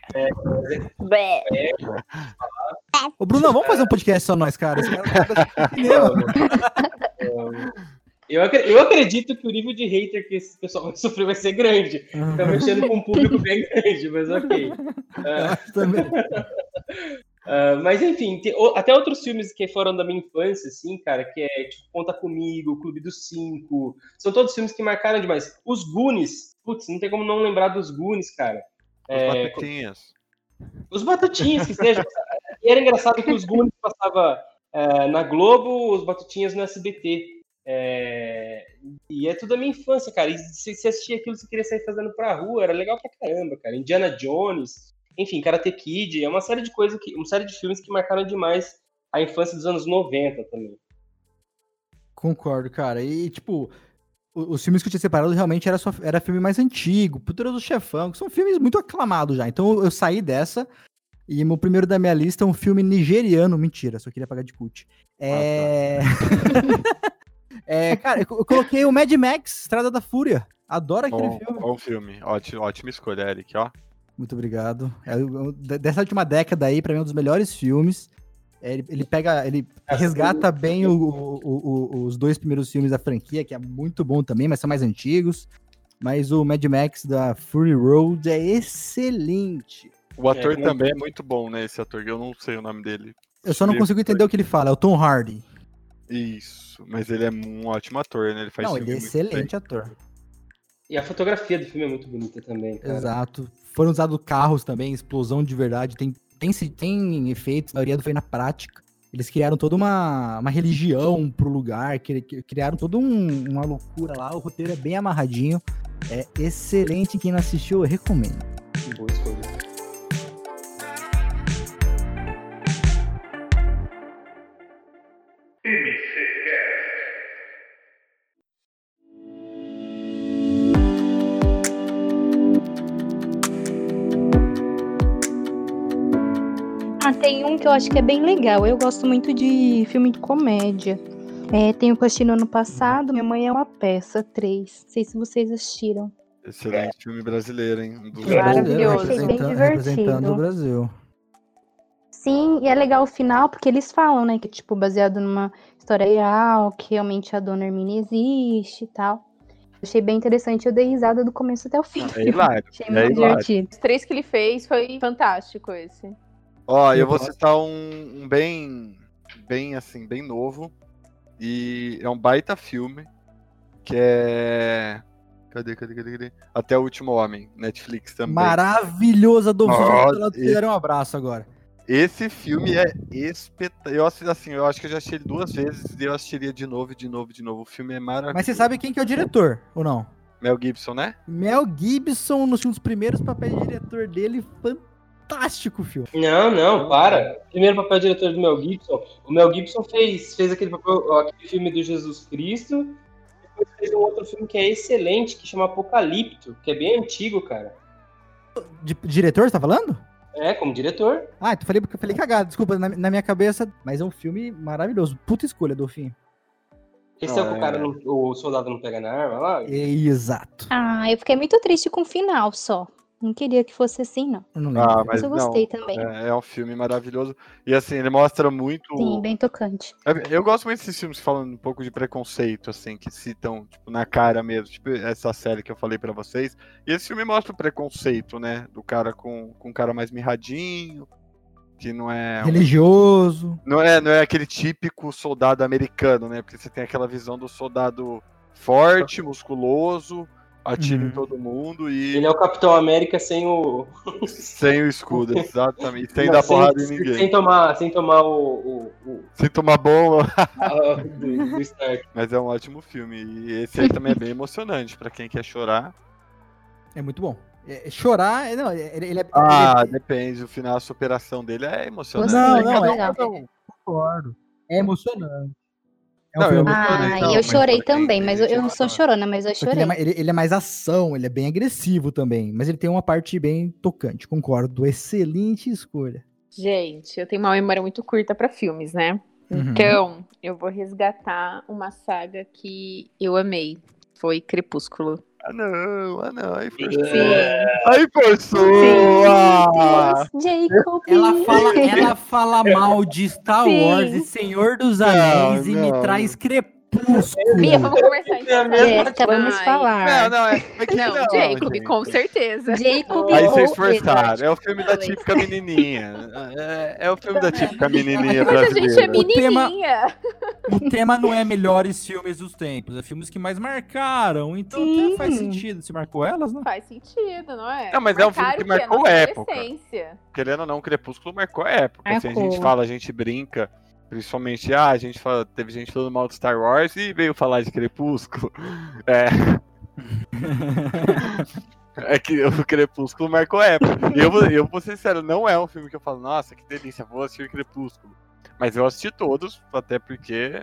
Ô, Bruno, vamos fazer um podcast só nós, cara. tá Esse cara- Entendeu?
Eu, acre- eu acredito que o nível de hater que esse pessoal vai sofrer vai ser grande. Tá mexendo com um público bem grande, mas ok.
Eu acho também.
Ah, mas enfim, tem o- até outros filmes que foram da minha infância, assim, cara, que é tipo Conta Comigo, Clube dos Cinco, são todos filmes que marcaram demais. Os Goonies, putz, não tem como não lembrar dos Goonies, cara.
Os
É,
batutinhas.
Os Batutinhas, que seja. E era engraçado que os Goonies passava eh, na Globo, os Batutinhas no SBT. Eh, e é tudo a minha infância, cara. E se você assistia aquilo, você queria sair fazendo pra rua, era legal pra caramba, cara. Indiana Jones, enfim, Karate Kid, é uma série de coisas que. Uma série de filmes que marcaram demais a infância dos anos 90 também.
Concordo, cara. E, tipo, o- os filmes que eu tinha separado realmente era, só, era filme mais antigo, Putura do Chefão, que são filmes muito aclamados já. Então eu, eu saí dessa. E o primeiro da minha lista é um filme nigeriano. Mentira, só queria pagar de cult. É. É, cara, eu, eu coloquei o Mad Max, Estrada da Fúria. Adoro É aquele
Bom,
filme.
bom filme. Ótimo, ótima escolha, Eric, ó.
Muito obrigado. É, eu- eu- de- dessa última década aí, pra mim, é um dos melhores filmes. É, Ele, ele pega, ele
É,
resgata bem o- o- o- o- os dois primeiros filmes da franquia, que é muito bom também, mas são mais antigos. Mas o Mad Max da Fury Road é excelente.
O ator
mas-
também é muito bom, né? Esse ator, eu não sei o nome dele.
Eu só não
Livro
consigo entender o que ele fala, é o Tom Hardy.
Isso, mas ele é um ótimo ator, né? Ele faz
não,
filme
ele é
muito bem.
excelente ator.
E a fotografia do filme é muito bonita também, cara.
Exato. Foram usados carros também, explosão de verdade, tem, tem, se- tem efeitos, a maioria foi na prática. Eles criaram toda uma, uma religião pro lugar, cri- cri- criaram toda um- uma loucura lá, o roteiro é bem amarradinho. É excelente, quem não assistiu, eu recomendo.
Boa escolha.
Ah, tem um que eu acho que é bem legal. Eu gosto muito de filme de comédia. É, tem o que eu assisti no ano passado, Minha Mãe é uma Peça, 3. Não sei se vocês assistiram.
Excelente filme brasileiro, hein? Um dos-
é
Claro. Maravilhoso.
Achei bem
Representa-
divertido.
Representando o Brasil.
Sim, e é legal o final, porque eles falam, né, que, tipo, baseado numa história real, que realmente a Dona Hermínia existe e tal. Achei bem interessante, eu dei risada do começo até o fim.
É hilário.
Achei
é
muito
hilário.
divertido.
Os três que ele fez foi fantástico esse.
Ó, eu
Eu
vou
Então,
gosto.
citar um, um bem, bem assim, bem novo e é um baita filme que é cadê, cadê, cadê, cadê? Até o Último Homem, Netflix também.
Maravilhoso, Adolfo.
Nossa,
Só te dar um abraço agora.
Esse filme é espetacular. Eu assisti assim, eu acho que eu já assisti ele duas vezes e eu assistiria de novo, de novo, de novo. O filme é maravilhoso.
Mas você sabe quem que é o diretor, ou não?
Mel Gibson, né?
Mel Gibson, nos um dos primeiros papéis de diretor dele, fantástico filme.
Não, não, para. Primeiro papel diretor do Mel Gibson. O Mel Gibson fez, fez aquele, papel, aquele filme do Jesus Cristo. Depois fez um outro filme que é excelente, que chama Apocalipto, que é bem antigo, cara.
De, diretor, você tá falando?
É, como diretor.
Ah, tu falei, falei cagado, desculpa, na, na minha cabeça. Mas é um filme maravilhoso. Puta escolha, Dolfinho.
Esse
Não,
é o que
é.
o cara, não- o soldado não pega na arma lá.
É, Exato.
Ah, eu fiquei muito triste com o final só. Não queria que fosse assim, não.
Eu não lembro.
Ah,
Mas,
mas
eu
não.
gostei também.
É, é um filme maravilhoso. E assim, ele mostra muito.
Sim, bem tocante.
É, Eu gosto muito desses filmes que falam um pouco de preconceito, assim, que citam, tipo, na cara mesmo, tipo essa série que eu falei pra vocês. E esse filme mostra o preconceito, né? Do cara com, com um cara mais mirradinho, que não é, um-
Religioso.
não é. Não é aquele típico soldado americano, né? Porque você tem aquela visão do soldado forte, musculoso, atira em
Uhum.
todo mundo e
Ele um é o Capitão América sem o.
sem o escudo, exatamente. Sem
Não,
dar porrada em ninguém.
é um Sem tomar, sem tomar o. o- o-
Sem tomar bomba.
a- do, do Stark.
Mas é um ótimo filme. E esse aí também é bem emocionante pra quem quer chorar.
É muito bom. É, é chorar, é, não, ele, ele é.
Ah,
ele é-
depende. O final, a superação dele é emocionante.
Não,
Sim,
não,
é
é-
legal.
concordo. É emocionante. É um
Não, eu
filme
não
muito
chorei,
Ah,
legal,
não,
e eu
mas
chorei
foi bem,
também, mas eu,
bem
eu não sou
emocionante.
chorona, mas eu
Só que ele,
chorei.
é, ma- ele- ele é mais ação, ele é bem agressivo também. Mas ele tem uma parte bem tocante, concordo. Excelente escolha.
Gente, eu tenho uma memória muito curta pra filmes, né?
Uhum.
Então, eu vou resgatar uma saga que eu amei. Foi Crepúsculo.
Ah, não, ah, não. Aí forçou.
Sim.
Aí forçou.
Sim.
Ah,
Deus, Jacob.
Ela fala, ela fala mal de Star
Sim.
Wars e Senhor dos
Não,
Anéis e me
não.
traz crepúsculo.
Bia, vamos conversar
É a
então.
mesma
Jéssica, vamos
Ai.
Não,
falar.
não, é. é que
Não,
não,
Jacob,
gente.
com certeza.
Jacob
Aí
ou
vocês forçaram.
Edward.
É o filme da típica menininha. É, é o filme da típica menininha
Mas a gente é
brasileira.
tema-
menininha.
O tema não é melhores filmes dos tempos, é filmes que mais marcaram. Então até
Sim.
faz sentido se marcou elas, né?
Faz sentido, não é?
Não, mas é um filme que
Marcaram o
marcou
quê? A nossa
época.
adolescência.
Querendo ou não, Crepúsculo marcou a época. Assim, a gente
Marcou.
fala, a gente brinca. Principalmente, ah, a gente fala, teve gente falando mal de Star Wars e veio falar de Crepúsculo. É. É que o Crepúsculo marcou a época. E Eu, vou- eu vou ser sincero, não é um filme que eu falo, nossa, que delícia, vou assistir Crepúsculo. Mas eu assisti todos, até porque.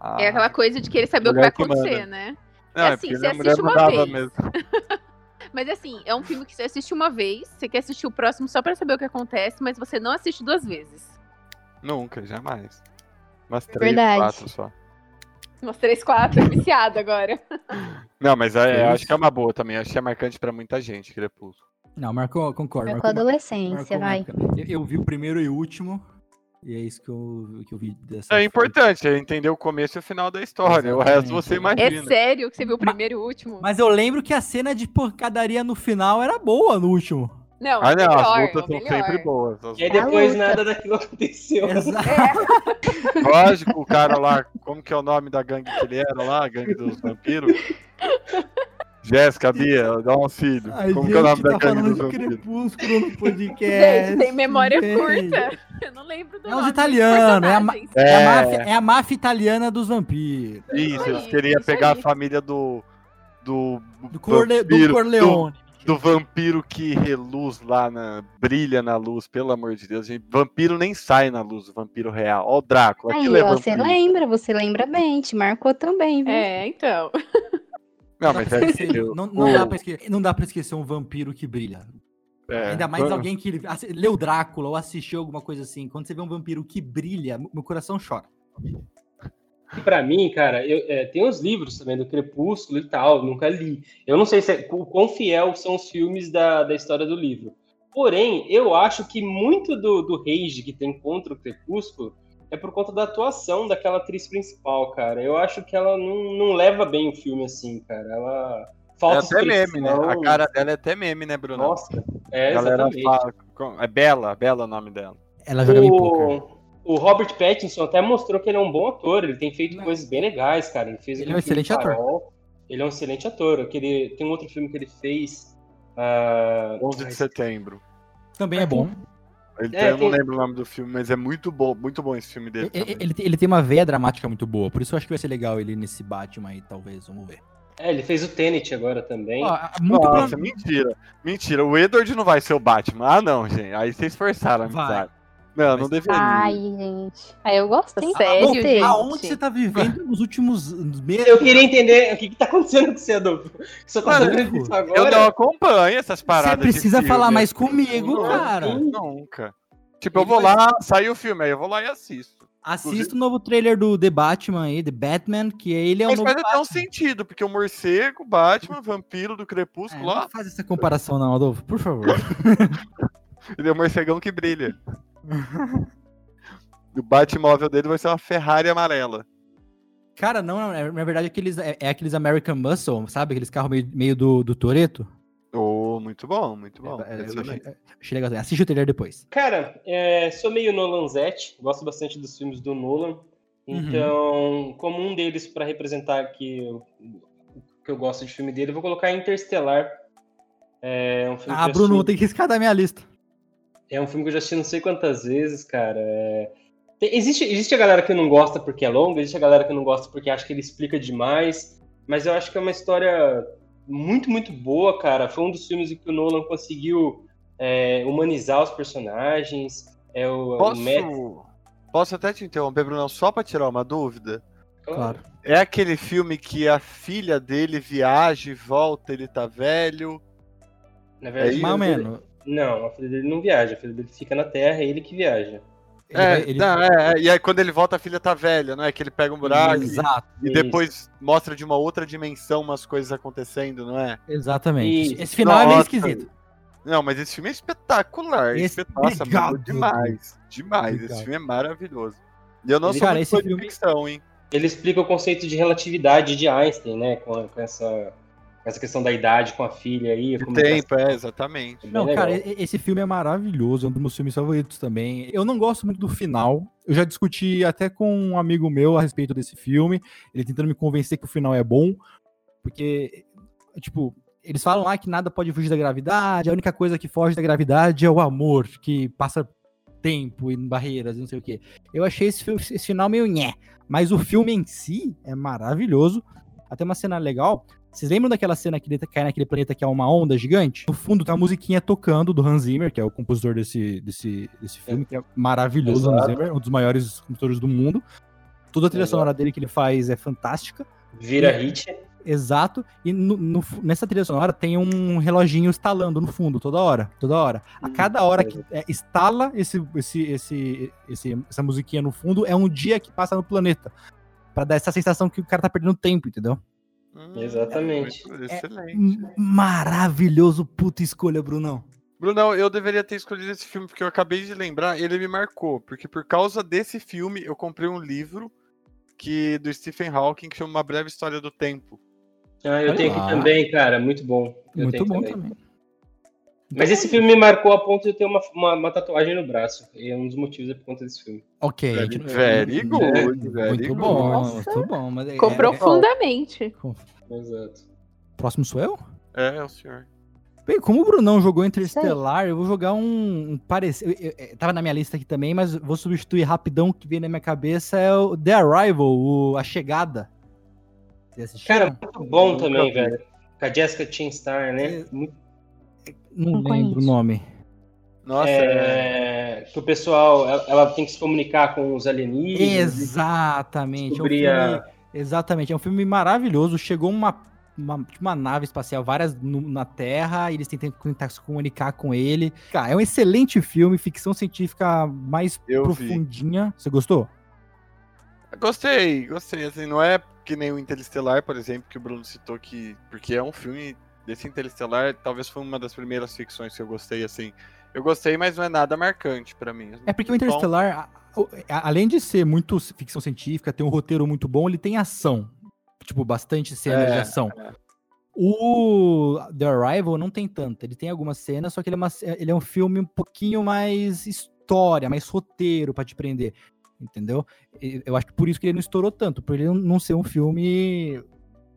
ah,
É aquela coisa de querer saber o que vai
Mulher que
acontecer,
manda.
né?
não,
é assim,
porque
você
minha mulher
assiste uma
mandava
vez. Mas assim, é um filme que você assiste uma vez, você quer assistir o próximo só pra saber o que acontece, mas você não assiste duas vezes.
Nunca, jamais. Umas três,
Verdade.
quatro só.
Umas três, quatro, viciado agora.
Não, mas é, eu
Isso.
acho que é uma boa também. Acho que é marcante pra muita gente, Crepúsculo.
Não, marcou, concordo.
Marcou É a
marcou-
adolescência, vai.
marcou- marcou. Eu, eu vi o primeiro e o último. E é isso que eu, que eu vi dessa.
É importante é entender o começo e o final da história. O resto
Exatamente.
você
É
imagina.
sério que você viu o primeiro e o último?
Mas eu lembro que a cena de porcadaria no final era boa no último.
Não,
ah,
é
não,
melhor,
as
é
lutas são
melhor.
sempre boas. As-
E aí
A
depois
luta.
nada daquilo aconteceu.
Exato.
É,
Lógico, o cara lá, como que é o nome da gangue que ele era lá? A gangue dos vampiros? Jéssica, Bia, dá um auxílio.
A
como que é o nome
gente
da
tá
gangue
falando
dos
de
vampiros?
crepúsculo no podcast.
gente, tem memória
entende?
curta. Eu não lembro do
É
nome
uns
dos
italianos, é a ma-
personagens.
É a,
É,
máfia, é a máfia italiana dos vampiros.
isso,
aí,
eles queriam
isso
pegar
aí.
a família do. Do,
Do, Corle, do
vampiro,
Corleone.
do vampiro que reluz lá, na, brilha na luz, pelo amor de Deus, gente. Vampiro nem sai na luz, o vampiro real. Ó, o Drácula,
Aí,
aquilo é
ó, você
vampiro.
lembra, você lembra bem, te marcou também, viu?
É, então.
Não, mas
Dá pra
é
esquecer,
que eu-
não, não dá
o-
pra esquecer, não dá pra esquecer um vampiro que brilha.
é,
Ainda mais
van-
alguém que ele- assi- leu Drácula ou assistiu alguma coisa assim. Quando você vê um vampiro que brilha, meu coração chora.
Pra mim, cara, eu, é, tem os livros também do Crepúsculo e tal, nunca li. Eu não sei se é, o quão fiel são os filmes da, da história do livro. Porém, eu acho que muito do, do rage que tem contra o Crepúsculo é por conta da atuação daquela atriz principal, cara. Eu acho que ela não, não leva bem o filme assim, cara. Ela
É
falta
até meme, né?
expressão.
A cara dela é até meme, né, Bruno?
Nossa, é,
A galera
exatamente.
fala, com- é Bela, Bela o nome dela.
Ela joga bem pouco.
O, o Robert Pattinson até mostrou que ele é um bom ator, ele tem feito coisas bem legais, cara. Ele, fez
Ele é
aquele
um
filme
excelente ator.
Farol. Ele é um excelente ator. Aquele, tem um outro filme que ele fez. ah,
11 de setembro.
Também é bom.
Então,
É,
eu não
tem-
lembro o nome do filme, mas é muito bom, muito bom esse filme dele.
Ele,
também.
ele- ele tem uma veia dramática muito boa, por isso eu acho que vai ser legal ele nesse Batman aí, talvez, vamos ver.
é, ele fez o Tenet agora também.
Ó, muito
Nossa,
provavelmente-
mentira. Mentira, o Edward não vai ser o Batman. Ah, não, gente. Aí vocês forçaram a
Vai.
amizade. Não, não
Mas-
deveria.
Ai, gente. Aí eu gosto, hein?
Sério,
Gostei.
gente?
Aonde você tá vivendo nos últimos meses?
Eu queria entender o que, que tá acontecendo com você, Adolfo. Você tá
Mano,
fazendo isso agora?
Eu não acompanho essas
Você
paradas.
precisa
de
falar
filme.
mais comigo,
Não,
cara.
Nunca. Tipo, eu vou lá, sai o filme, aí eu vou lá e assisto.
Assista o novo trailer do The Batman aí, The Batman, que ele é o
Mas
novo
faz até
Batman.
um sentido, porque o morcego, Batman, vampiro do
É,
crepúsculo, ó,
não faz essa comparação não, Adolfo, por favor.
ele é o morcegão que brilha. E o Batmóvel dele vai ser uma Ferrari amarela.
Cara, não, não, é- na verdade aqueles, é, é aqueles American Muscle, sabe? Aqueles carros meio, meio do, do Toreto.
Oh, muito bom, muito bom.
É,
Excelente.
achei legal. Assiste o trailer depois.
Cara, é, sou meio Nolanzete, gosto bastante dos filmes do Nolan.
Uhum.
Então, como um deles para representar que eu, que eu gosto de filme dele, eu vou colocar Interstellar. É um filme
Ah,
que eu
Bruno,
assisti-
tem que riscar da minha lista.
é um filme que eu já assisti não sei quantas vezes, cara. É, tem- Existe, existe a galera que não gosta porque é longa, existe a galera que não gosta porque acha que ele explica demais, mas eu acho que é uma história muito, muito boa, cara. Foi um dos filmes em que o Nolan conseguiu é, humanizar os personagens. É o, o Matt-
Posso, posso até te interromper, Bruno, só pra tirar uma dúvida?
Claro.
É aquele filme que a filha dele viaja e volta, ele tá velho.
Na verdade,
É
Mais ou
o filho-
menos.
Não, a filha dele não viaja, a filha dele fica na Terra, é ele que viaja.
Ele
é,
vai- ele-
não, é, é, e aí quando ele volta, a filha tá velha, não é? Que ele pega um buraco e-
Exato,
e depois mostra de uma outra dimensão umas coisas acontecendo, não é?
exatamente.
Isso.
Esse final é meio
Nossa.
esquisito.
Não, mas esse filme é espetacular.
Esse- é
espe- Nossa,
Obrigado,
mano, demais. Demais.
Obrigado.
Esse filme é maravilhoso. E eu não
Ele-
sou
cara,
muito
esse
fã de
filme-
ficção, hein?
Ele explica o conceito de relatividade de Einstein, né? Com, a- com essa, com essa questão da idade com a filha aí.
De
como
tempo, é, exatamente.
tá- é bem
Não,
legal.
cara, e- esse filme é maravilhoso, é um dos meus filmes favoritos também. Eu não gosto muito do final. Eu já discuti até com um amigo meu a respeito desse filme. Ele tentando me convencer que o final é bom, porque, tipo, eles falam lá que nada pode fugir da gravidade, a única coisa que foge da gravidade é o amor, que passa tempo e barreiras, e não sei o quê. Eu achei esse, filme, esse final meio nhé, mas o filme em si é maravilhoso. Até uma cena legal, vocês lembram daquela cena que ele cai naquele planeta que é uma onda gigante? No fundo tá a musiquinha tocando do Hans Zimmer, que é o compositor desse, desse, desse filme, que é maravilhoso, Hans
Exato.
Zimmer, um dos maiores compositores do mundo. Toda a trilha
Exato.
sonora dele que ele faz é fantástica.
Vira hit.
Exato. E no- no fu- nessa trilha sonora tem um reloginho estalando no fundo, toda hora, toda hora. A
Hum,
cada hora que é, estala esse, esse, esse, esse- essa musiquinha no fundo, é um dia que passa no planeta. Pra dar essa sensação que o cara tá perdendo tempo, entendeu?
Hum,
Exatamente.
É,
muito- Excelente.
M- Maravilhoso, puta escolha, Brunão.
Brunão, eu deveria ter escolhido esse filme, porque eu acabei de lembrar, ele me marcou. Porque por causa desse filme, eu comprei um livro que do Stephen Hawking que chama Uma Breve História do Tempo.
Ah, eu
Olha
tenho
lá.
aqui também, cara. Muito bom. Eu
Muito
tenho
bom
também.
também.
Mas esse filme me marcou a ponto de eu ter uma, uma, uma tatuagem no braço. E um dos motivos é por conta desse filme.
Ok. a
Very,
gente-
very good, very
Muito
good.
bom,
Nossa.
muito bom. Mas é-
Ficou
é-
profundamente.
Exato.
Próximo sou eu?
É, é o senhor.
Bem, como o Brunão jogou
Isso aí.
Interestelar, eu vou jogar um, um parecido. eu- eu- eu- Tava na minha lista aqui também, mas vou substituir rapidão o que veio na minha cabeça. É o The Arrival, o- a chegada. Vocês assistiram?
Cara, muito bom
Tá Nunca
também,
vi.
velho. Com a Jessica Chastain, né? Muito
não
não
lembro o
conheço.
nome.
Nossa, é...
É, que o pessoal, ela, ela tem que se comunicar com os alienígenas.
Exatamente. é um
Sobre a-
filme- Exatamente, é um filme maravilhoso. Chegou uma, uma, tipo uma nave espacial, várias no- na Terra, e eles tentam tentar se comunicar com ele. Cara, é um excelente filme, ficção científica mais
Eu vi.
profundinha. Você gostou?
Gostei, gostei. Assim, não é que nem o Interestelar, por exemplo, que o Bruno citou que. Porque é um filme desse Interestelar, talvez foi uma das primeiras ficções que eu gostei, assim. Eu gostei, mas não é nada marcante para mim.
É porque o Interestelar, a- a- além de ser muito ficção científica, tem um roteiro muito bom, ele tem ação. Tipo, bastante cenas
É,
de ação. O The Arrival não tem tanto. Ele tem algumas cenas, só que ele é, uma- ele é um filme um pouquinho mais história, mais roteiro pra te prender. Entendeu? E- Eu acho que por isso que ele não estourou tanto, por ele não- não ser um filme.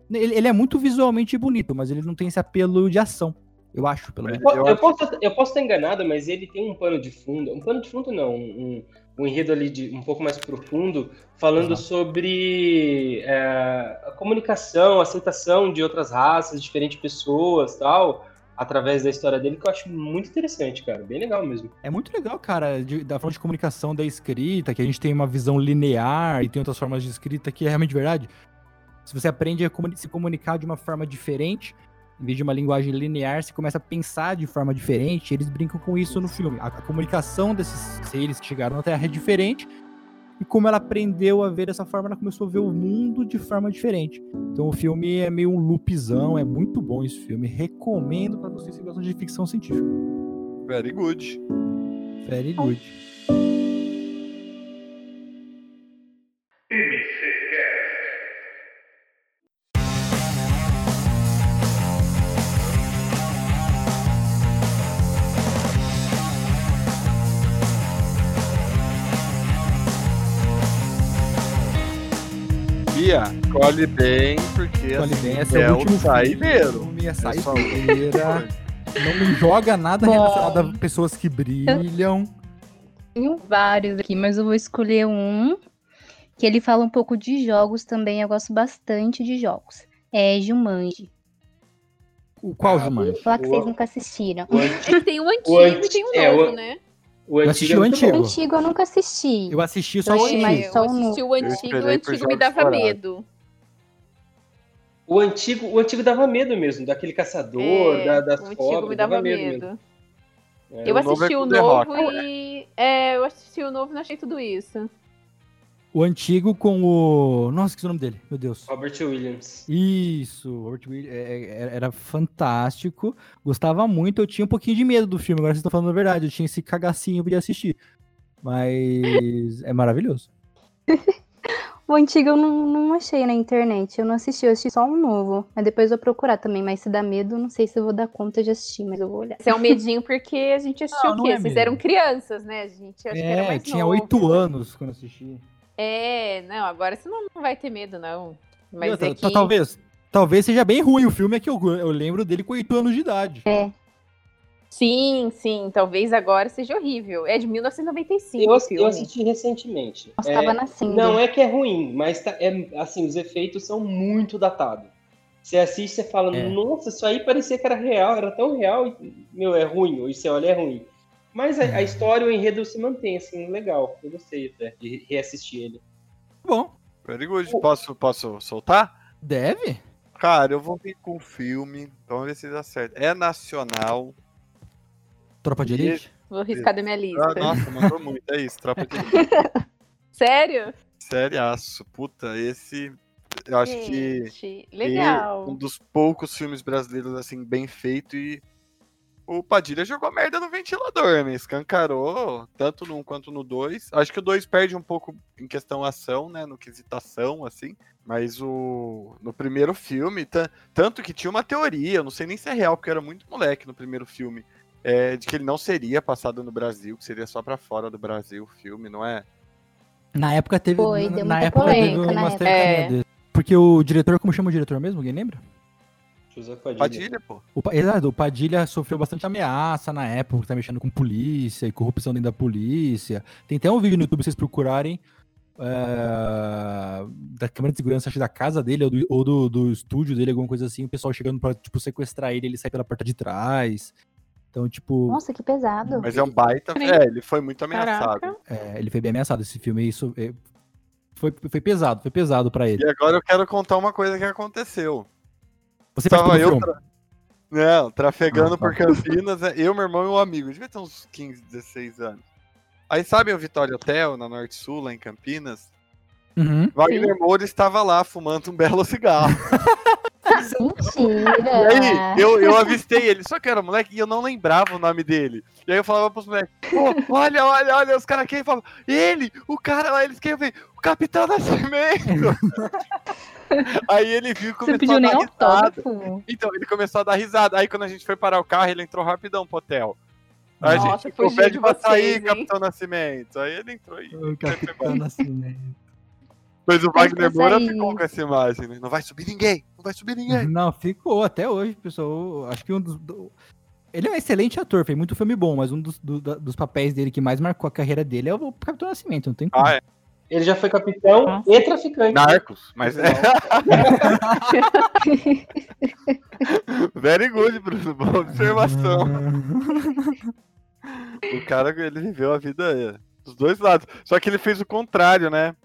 Ele, ele é muito visualmente bonito, mas ele não tem esse apelo de ação. Eu acho, pelo
Mas
menos.
Po-
Eu
Eu,
acho-
posso, eu posso estar enganado, mas ele tem um pano de fundo. Um pano de fundo não, um, um enredo ali de, um pouco mais profundo, falando
Exato.
sobre é, a comunicação, a aceitação de outras raças, diferentes pessoas tal, através da história dele, que eu acho muito interessante, cara. Bem legal mesmo.
É muito legal, cara, de- da forma de comunicação da escrita, que a gente tem uma visão linear e tem outras formas de escrita que é realmente verdade. Se você aprende a comuni- se comunicar de uma forma diferente, em vez de uma linguagem linear, você começa a pensar de forma diferente. Eles brincam com isso no filme. A, a comunicação desses seres que chegaram na Terra é diferente. E como ela aprendeu a ver dessa forma, ela começou a ver o mundo de forma diferente. Então o filme é meio um loopzão, é muito bom esse filme. Recomendo pra vocês que gostam de ficção científica.
Very good.
Very good.
Bia, colhe bem, porque
Olha
assim,
bem, esse é, o último
saideiro.
filme, Ah. é
É só
saideira. Não me joga nada
Bom.
relacionado a pessoas que brilham.
Tenho vários aqui, mas eu vou escolher um que ele fala um pouco de jogos também. Eu gosto bastante de jogos. É Jumanji.
O qual,
Ah,
Jumanji?
Falar que
Boa.
vocês nunca assistiram.
O antigo,
É que tem um antigo e
anti-
tem um
é,
novo,
o-
né?
o
Eu
antigo
assisti
é
o
muito
O
antigo.
antigo eu nunca assisti.
Eu assisti só o
Achei mais-
antigo.
eu um. assisti o antigo e o
esperei por
antigo me
Jogos
dava
Vorazes.
medo.
O antigo, o antigo dava medo mesmo, daquele caçador,
É,
da, da
o antigo
cobra,
me dava medo.
mesmo. É,
Eu
o novo
assisti
é
o
com The
novo
Rock.
e. É, eu assisti o novo e não achei tudo isso.
O antigo com o. Nossa, que é o nome dele? Meu Deus.
Robert Williams.
Isso, Robert Williams é- é- era fantástico. Gostava muito. Eu tinha um pouquinho de medo do filme, agora vocês estão falando a verdade. Eu tinha esse cagacinho de assistir. Mas é maravilhoso.
O antigo eu não, não achei na internet. Eu não assisti, eu assisti só um novo. Mas depois eu vou procurar também. Mas se dá medo, eu não sei se eu vou dar conta de assistir, mas eu vou olhar.
Esse é um medinho porque a gente assistiu
Não, não
o quê?
é
Vocês
medo.
eram crianças, né, gente? Eu acho que era
É,
mais
tinha
novo. né?
oito anos quando eu assisti.
É, não, agora você não não vai ter medo, não.
Eu,
Mas
ta-
é
ta-
que...
tá, talvez, talvez seja bem ruim o filme, é que eu, eu lembro dele com 8 anos de idade.
É,
Sim, sim, talvez agora seja horrível. É de 1995
Eu,
o
ass- eu
filme. tá
assisti recentemente.
Nossa,
É,
tava nascendo.
Não é que é ruim, mas tá- é, assim, os efeitos são muito datados. Você assiste, você fala,
É.
nossa, isso aí parecia que era real, era tão real, e, meu, é ruim, ou você olha, é ruim. Mas a, a história, o enredo se mantém, assim, legal. Eu gostei até de re- reassistir ele.
Bom,
Very good. Posso, posso soltar?
deve.
Cara, eu vou vir com o filme. Vamos ver se dá certo. É nacional.
Tropa de Elite?
Vou riscar da minha
Ah,
lista.
nossa, mandou muito. É isso, tropa de
Sério?
Sériaço. Puta, esse. Eu acho que.
Gente,
tem
legal.
Um dos poucos filmes brasileiros, assim, bem feito e. O Padilha jogou merda no ventilador, né? Escancarou, tanto no 1 quanto no 2. Acho que o 2 perde um pouco em questão ação, né? No quesitação, assim. Mas o. No primeiro filme, ta- tanto que tinha uma teoria, eu não sei nem se é real, porque eu era muito moleque no primeiro filme. é, de que ele não seria passado no Brasil, que seria só pra fora do Brasil o filme, não é?
Na época teve.
Foi,
na-
deu
na
muita
época
polêmica né?
teve
na
umas
época.
teorinhas
É.
desse. Porque o diretor, como chama o diretor mesmo? Alguém lembra?
Deixa eu usar com a Padilha.
Padilha, pô.
O, Pa- exato, o Padilha sofreu bastante ameaça na época, tá mexendo com polícia e corrupção dentro da polícia. Tem até um vídeo no YouTube, se vocês procurarem, eh, da câmera de segurança, acho que da casa dele ou, do, ou do- do estúdio dele, alguma coisa assim, o pessoal chegando pra, tipo, sequestrar ele, ele sai pela porta de trás. Então, tipo,
Nossa, que pesado.
Mas é um baita. É, ele foi muito ameaçado.
Caraca.
eh, ele foi bem ameaçado esse filme, e isso eh, foi, foi pesado, foi pesado pra ele.
E agora eu quero contar uma coisa que aconteceu.
Você faz
Tava
todo o
eu
filme?
Não, trafegando
Ah, tá.
por Campinas, né, eu, meu irmão e um amigo. Eu devia ter uns 15, 16 anos. Aí sabe o Vitória Hotel, na Norte Sul, lá em Campinas? Uhum. Wagner Moura estava lá fumando um belo cigarro.
Mentira.
E
É.
aí, eu, eu avistei ele, só que era moleque, e eu não lembrava o nome dele. E aí eu falava pros moleques, pô, olha, olha, olha, os caras quem falam, ele, o cara lá, eles querem ver, o Capitão Nascimento. aí ele viu e
Você não
começou
pediu
a dar
nem
risada.
autógrafo.
Então, ele começou a dar risada. Aí quando a gente foi parar o carro, ele entrou rapidão pro hotel. Aí a
Nossa,
gente
fugiu
ficou, pede
de
pra sair,
vocês, hein?"
Capitão Nascimento. Aí ele entrou aí.
O Capitão Nascimento.
Mas o
Mas
Wagner
essa
Moura
aí-
ficou com essa imagem, né? Não vai subir ninguém, não vai subir ninguém.
Não, ficou até hoje, pessoal. Acho que um dos. do- Ele é um excelente ator, fez muito filme bom, mas um dos, do- da- dos papéis dele que mais marcou a carreira dele é o Capitão Nascimento, não tem como.
Ah, é.
Ele já foi capitão
Nossa.
e traficante. Então,
Narcos, mas é. Uhum. Very good, Bruno. Boa observação.
Ah,
O cara, ele viveu a vida é, dos dois lados. Só que ele fez o contrário, né?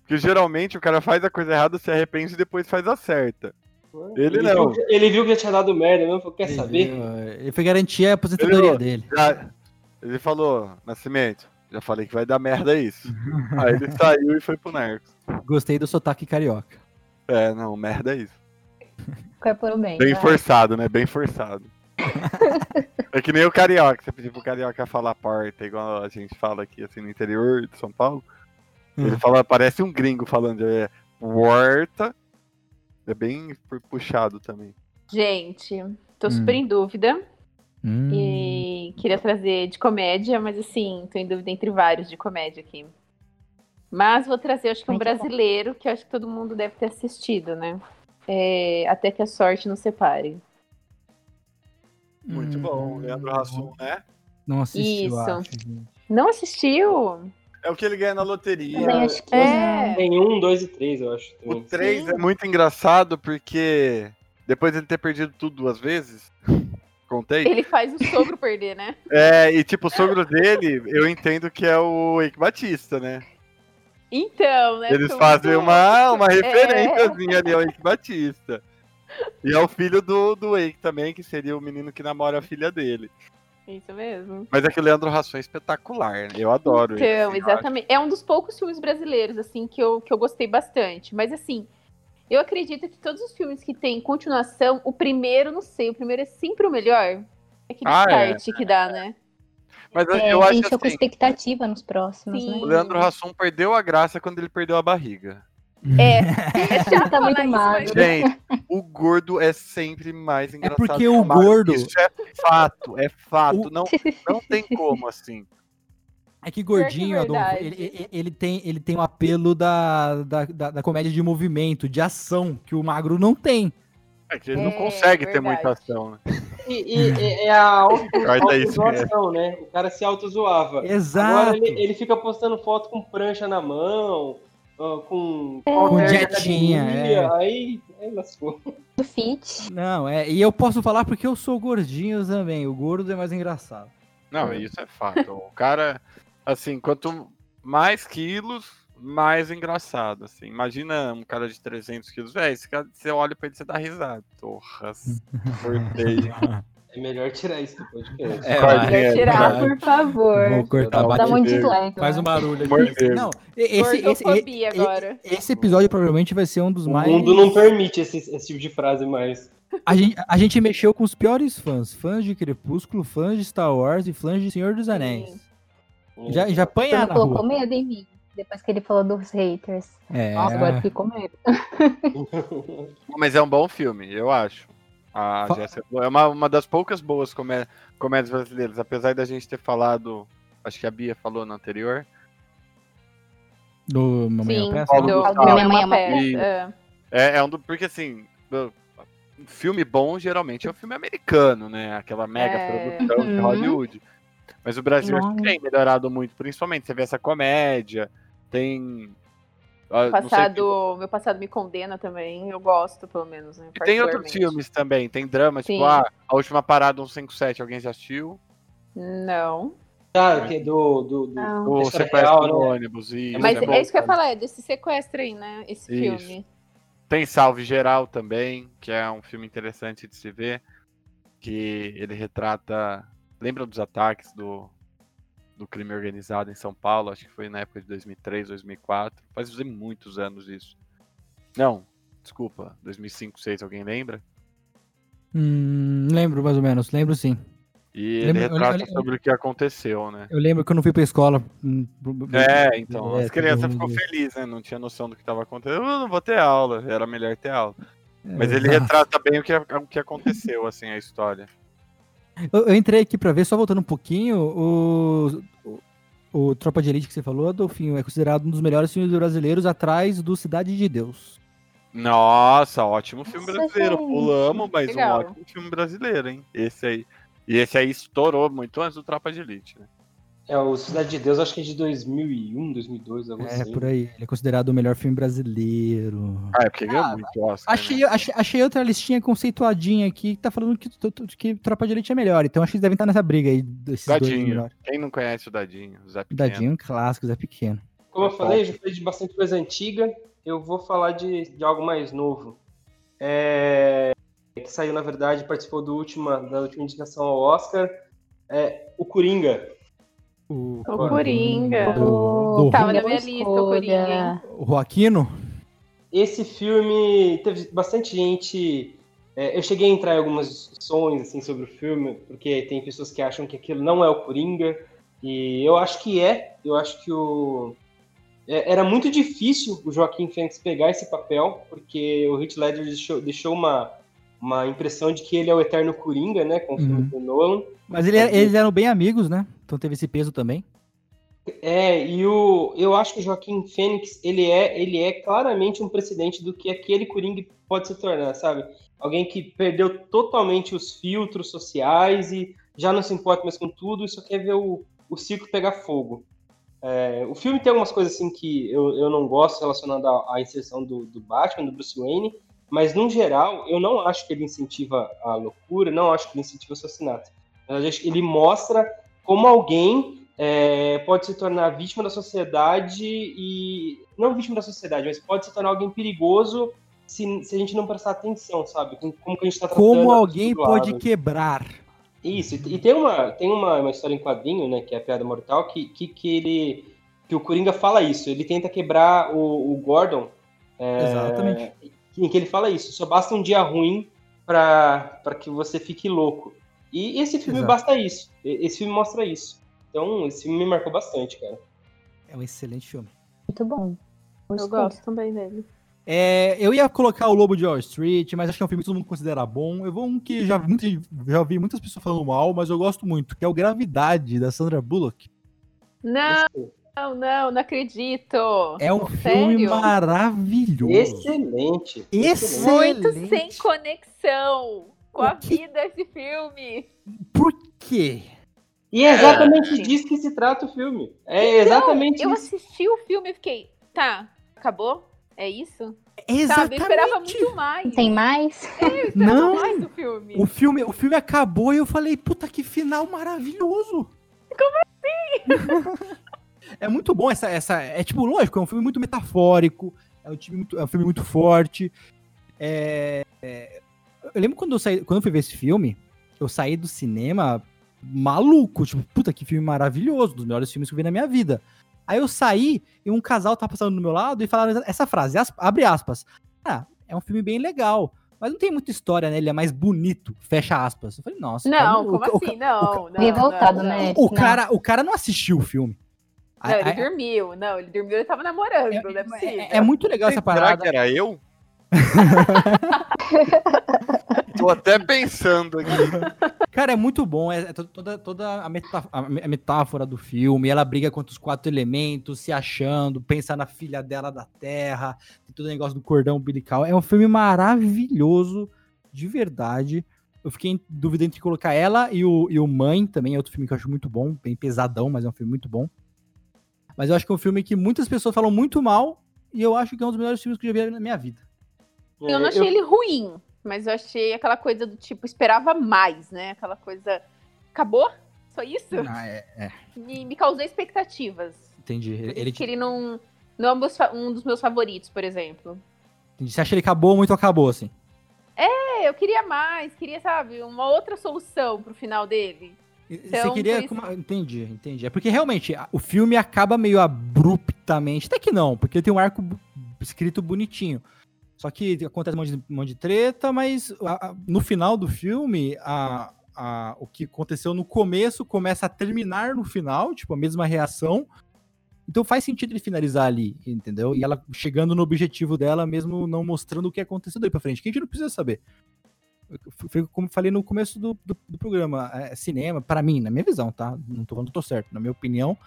Porque geralmente o cara faz a coisa errada, se arrepende e depois faz a certa. Ele não.
Viu, ele viu que já tinha dado merda mesmo, falou, quer saber?
Ele foi garantir a aposentadoria
Ele- é
dele.
Já- ele falou, Nascimento, já falei que vai dar merda isso. Aí ele saiu e foi pro Narcos.
Gostei do sotaque carioca.
É, não, merda é isso.
Qual é por bem?
Bem
vai.
forçado, né? Bem forçado. é que nem o carioca. Você pediu pro carioca falar porta, igual a gente fala aqui assim no interior de São Paulo. Ele fala, parece um gringo falando, é porta. É bem pu- puxado também.
Gente, tô
Hum.
super em dúvida.
Hum.
E queria trazer de comédia, mas assim, tô em dúvida entre vários de comédia aqui. Mas vou trazer, acho que um
Ai, que bom.
brasileiro, que eu acho que todo mundo deve ter assistido, né? É, Até que a sorte nos separe.
Muito
Hum.
bom, Leandro Hassum, né?
Não assisti,
Isso.
eu acho, gente.
Não assistiu?
É o que ele ganha na loteria.
Também acho que
É.
Tem um, dois e três, eu acho. um.
O
também.
3
Sim.
é muito engraçado porque depois de ele ter perdido tudo duas vezes, contei.
Ele faz o sogro perder, né?
É, e tipo, o sogro dele, eu entendo que é o Eike Batista, né?
Então, né?
Eles
Foi
fazem
muito-
uma, uma
É.
referênciazinha ali ao Eike Batista. E é o filho do, do Eike também, que seria o menino que namora a filha dele.
Isso mesmo.
Mas é que o Leandro Rasson é espetacular, né? eu adoro ele.
Então,
assim, eu acho.
exatamente. É um dos poucos filmes brasileiros, assim, que eu, que eu gostei bastante. Mas, assim, eu acredito que todos os filmes que tem continuação, o primeiro, não sei, o primeiro é sempre o melhor. É aquele
Ah, é.
start que dá, né?
Mas eu,
É,
eu
a
acho
gente fica com
assim,
expectativa nos próximos,
Sim.
o
né?
Leandro Rasson perdeu a graça quando ele perdeu a barriga.
É, é
Ele
chato
tá
falar
muito
isso, mas...
magro.
Gente, o gordo é sempre mais engraçado.
porque
que
o
magro.
gordo-
Isso é fato, é fato.
O-
Não, não tem como, assim.
É que
que é
gordinho, Adolfo,
verdade.
ele, ele- ele tem, ele tem um apelo da, da, da- da comédia de movimento, de ação, que o magro não tem.
É que ele não
É,
consegue ter
verdade.
muita ação, né?
E, e- e- é a auto-
Corta isso, é.
autozoação, né? O cara se autozoava. Agora
Exato.
ele, ele fica postando foto com prancha na mão, ah, com...
Com
halter de
jetinha,
academia,
é.
Aí, aí lascou.
Do fit.
Não, é. E eu posso falar porque eu sou gordinho também. O gordo é mais engraçado.
Não, isso é fato. O cara, assim, quanto mais quilos, mais engraçado, assim. Imagina um cara de 300 quilos, velho, esse cara, você olha pra ele, você dá risada. Porra, cortei.
É melhor tirar isso do podcast.
É,
Corta,
vai.
né?
Tirar,
verdade.
por favor.
Vou cortar,
Dá
bate-
Dá um
Deus.
dislike.
Faz um barulho aqui.
Mordeu.
Não, e- esse, esse, e-
É, Gordofobia
e-
agora.
esse episódio provavelmente vai ser um dos
O
mais.
mundo não permite esse, esse tipo de frase mais.
A gente, a gente mexeu com os piores fãs. Fãs de Crepúsculo, fãs de Star Wars e fãs de Senhor dos Anéis. Já, já
Você não
apanharam. na
colocou
rua.
medo em mim. Depois que ele falou dos haters.
É.
Nossa, agora ficou medo.
Mas é um bom filme, eu acho. A
Fa-
Jéssica Biel é uma, uma das poucas boas comé comédias brasileiras, apesar da gente ter falado, acho que a Bia falou no anterior.
Do Mamãe
Sim,
à Peça?
Paulo
do,
Gustavo.
Minha Mãe é uma
E-
Peça.
É, é um do, porque assim, do- um filme bom geralmente é um filme americano, né? Aquela mega
É.
produção de
Uhum.
Hollywood. Mas o Brasil acho que
Nossa.
tem melhorado muito, principalmente. Você vê essa comédia, tem. ah, não sei
Passado, meu passado me condena também. Eu gosto, pelo menos, né?
se- E tem outros
particularmente.
filmes também, tem drama, tipo,
Sim.
ah, a última parada 157, alguém já assistiu?
Não.
Ah, que é do. do, do-
Não.
O
Isso é
sequestro
real,
do
né?
ônibus. Isso,
Mas
é
é,
bom.
isso que eu ia falar, é desse sequestro aí, né? Esse
Isso.
filme.
Tem Salve Geral também, que é um filme interessante de se ver, que ele retrata. Lembra dos ataques do, do crime organizado em São Paulo, acho que foi na época de 2003, 2004, faz muitos anos isso. Não, desculpa, 2005, 2006, alguém lembra?
Hum, lembro mais ou menos, lembro sim.
E
Lembra-
ele
eu-
retrata
eu- eu-
sobre o que aconteceu, né?
Eu lembro que eu não fui pra escola.
É, então,
É,
as crianças
todo
ficou
mundo-
felizes, né? Não tinha noção do que estava acontecendo. Eu não vou ter aula, era melhor ter aula.
É.
Mas ele
exato.
retrata bem o que, o que aconteceu, assim, a história.
Eu, eu entrei aqui pra ver, só voltando um pouquinho, o, o, o Tropa de Elite que você falou, Adolfinho, é considerado um dos melhores filmes brasileiros atrás do Cidade de Deus.
Nossa, ótimo filme
Nossa,
brasileiro.
gente,
Pulamos, mas
legal.
um ótimo filme brasileiro, hein? Esse aí. E esse aí estourou muito antes do Tropa de Elite, né?
É, o Cidade de Deus acho que é de 2001, 2002, algo
É,
assim.
por aí. Ele é considerado o melhor filme brasileiro.
Ah, é porque ganhou muito Oscar. né?
Achei, achei, achei outra listinha conceituadinha aqui que tá falando que, que Tropa de Elite é melhor. Então acho que eles devem estar nessa briga aí desses dois
Dadinho.
melhores.
Quem não conhece o Dadinho? O Zé Pequeno.
Dadinho clássico, Zé Pequeno.
Como eu
Tá
falei,
bom.
já falei de bastante coisa antiga. Eu vou falar de, de algo mais novo. É, que saiu, na verdade, participou do última, da última indicação ao Oscar. É, o Coringa.
O,
O Coringa.
Do, do,
É. Tava
Boa
na minha lista, o Coringa, hein?
escolha.
o Joaquino?
Esse filme teve bastante gente. é, eu cheguei a entrar em algumas discussões assim, sobre o filme, porque tem pessoas que acham que aquilo não é o Coringa. E eu acho que é. Eu acho que o. é, era muito difícil o Joaquim Fênix pegar esse papel, porque o Heath Ledger deixou, deixou uma, uma impressão de que ele é o eterno Coringa, né? Com o filme
Uhum.
do Nolan.
Mas ele- é, eles eram bem amigos, né? Então teve esse peso também.
É, e o, eu acho que o Joaquim Fênix, ele é, ele é claramente um precedente do que aquele Coringa pode se tornar, sabe? Alguém que perdeu totalmente os filtros sociais e já não se importa mais com tudo e só quer ver o, o circo pegar fogo. É, o filme tem algumas coisas assim que eu, eu não gosto relacionada à, à inserção do, do Batman, do Bruce Wayne, mas no geral eu não acho que ele incentiva a loucura, não acho que ele incentiva o assassinato. Na verdade, acho que Ele mostra como alguém é, pode se tornar vítima da sociedade e. Não vítima da sociedade, mas pode se tornar alguém perigoso se, se a gente não prestar atenção, sabe? Com- Como que a gente está tratando.
Como
as
alguém
pessoas Tá do
pode
lado.
quebrar?
Isso, e e tem uma, tem uma, uma história em quadrinho, né, que é a Piada Mortal, que, que, que ele. que o Coringa fala isso. Ele tenta quebrar o, o Gordon. é,
Exatamente.
Em que ele fala isso. Só basta um dia ruim pra, pra que você fique louco. E esse filme
Exato.
basta isso. E- Esse filme mostra isso. Então, esse filme me marcou bastante, cara.
É um excelente filme.
Muito bom. Boa
Eu
escolha.
gosto também dele.
É, eu ia colocar o Lobo de Wall Street, mas acho que é um filme que todo mundo considera bom. Eu vou um que já, muita- já vi muitas pessoas falando mal, mas eu gosto muito, que é o Gravidade, da Sandra Bullock.
Não, não, não, não acredito.
É um
Sério?
filme maravilhoso.
Excelente.
Esse-
Muito
Excelente.
sem conexão com a
O que-
vida esse filme.
Por quê?
E é exatamente
Excelente.
disso que se trata o filme. É exatamente
Então, Eu
isso.
assisti o filme e fiquei, tá, acabou? É isso?
É
Sabe, eu esperava
Exatamente.
muito mais.
Tem mais?
Eu esperava
Não.
mais do filme.
O filme, o filme acabou e eu falei, puta, que final maravilhoso! Como assim? é muito bom essa, essa. É tipo, lógico, é um filme muito metafórico, é um, time muito- é um filme muito forte. É- é, eu lembro quando eu, saí, quando eu fui ver esse filme, eu saí do cinema maluco, tipo, puta, que filme maravilhoso, dos melhores filmes que eu vi na minha vida. Aí eu saí e um casal tava passando do meu lado e falaram essa frase, asp- abre aspas. Ah, é um filme bem legal. Mas não tem muita história, né? Ele é mais bonito. Fecha aspas. Eu falei, nossa.
Não,
cara,
como
o,
assim? não, não.
Revoltado,
não, não.
né?
O,
Não.
cara, o cara não assistiu o filme.
Não,
Aí-
ele
aí-
dormiu. Não, ele dormiu, ele tava namorando, não é
é,
possível.
é- é muito legal essa
Será que
parada.
era eu? Tô até pensando aqui.
Cara, é muito bom. É, é to- toda toda a, meta- a me- a metáfora do filme. Ela briga contra os quatro elementos, se achando, pensa na filha dela da terra. Tem todo o negócio do cordão umbilical. É um filme maravilhoso, de verdade. Eu fiquei em dúvida entre colocar ela e o, e o Mãe, também é outro filme que eu acho muito bom, bem pesadão, mas é um filme muito bom. Mas eu acho que é um filme que muitas pessoas falam muito mal, e eu acho que é um dos melhores filmes que eu já vi na minha vida.
Eu não
É,
achei ele ruim, mas eu achei aquela coisa do tipo, esperava mais, né? Aquela coisa. Acabou? Só isso?
Ah, é,
Me, me causou expectativas.
entendi. Ele, ele,
que ele não. Não é um dos fa- um dos meus favoritos, por exemplo.
entendi. Você acha que ele acabou, muito acabou, assim.
É, eu queria mais, queria, sabe, uma outra solução pro final dele. Então,
Você queria.
por isso-
como- Entendi, entendi. É porque realmente a- o filme acaba meio abruptamente. Até que não, porque tem um arco bu- escrito bonitinho. Só que acontece um monte de, um monte de treta, mas a- a- no final do filme, a- a- o que aconteceu no começo começa a terminar no final, tipo, a mesma reação. Então faz sentido ele finalizar ali, entendeu? E ela chegando no objetivo dela, mesmo não mostrando o que aconteceu daí pra frente, que a gente não precisa saber foi como eu falei no começo do, do, do programa, é, cinema, para mim, na minha visão, tá? Não tô falando que tô certo, na minha opinião,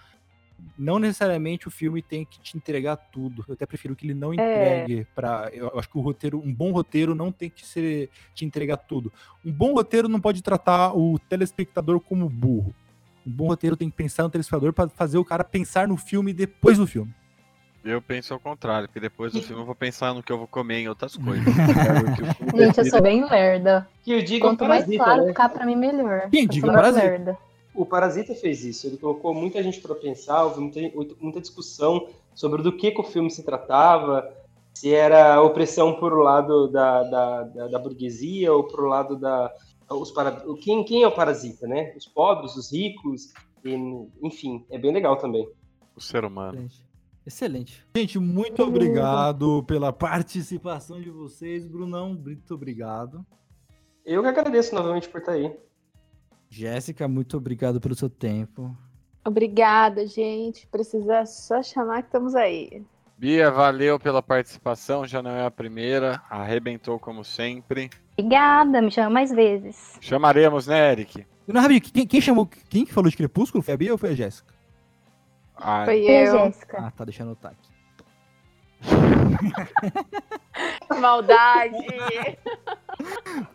não necessariamente o filme tem que te entregar tudo. Eu até prefiro que ele não entregue pra. para eu acho que o roteiro, um bom roteiro não tem que ser te entregar tudo. Um bom roteiro não pode tratar o telespectador como burro. Um bom roteiro tem que pensar no telespectador para fazer o cara pensar no filme depois do filme.
Eu penso ao contrário, porque depois do filme eu vou pensar no que eu vou comer em outras coisas. Eu quero que É, o filme
Gente, eu
defina-
sou bem lerda.
Que eu digo
Quanto
o
mais
Parasita,
claro
né?
ficar pra mim, melhor.
Quem
Eu
diga
sou uma
Parasita?
lerda.
O Parasita fez isso. Ele colocou muita gente para pensar, houve muita, muita discussão sobre do que, que o filme se tratava, se era opressão por um lado da, da, da, da burguesia ou por um lado da os para, o- quem, quem é o parasita, né? Os pobres, os ricos, e, enfim, é bem legal também.
o ser humano.
Excelente. Excelente. Gente, muito obrigado pela participação de vocês, Brunão. Muito obrigado.
Eu que agradeço novamente por estar aí.
Jéssica, muito obrigado pelo seu tempo.
Obrigada, gente. Precisa só chamar que estamos aí.
Bia, valeu pela participação, já não é a primeira. Arrebentou como sempre.
Obrigada, me chama mais vezes.
Chamaremos, né, Eric?
E, não, rapidinho, quem, quem chamou, quem que falou de Crepúsculo? Foi a Bia ou foi a Jéssica?
Ah,
Foi
E a
eu.
Jéssica?
Ah, tá, deixa eu anotar aqui.
Maldade.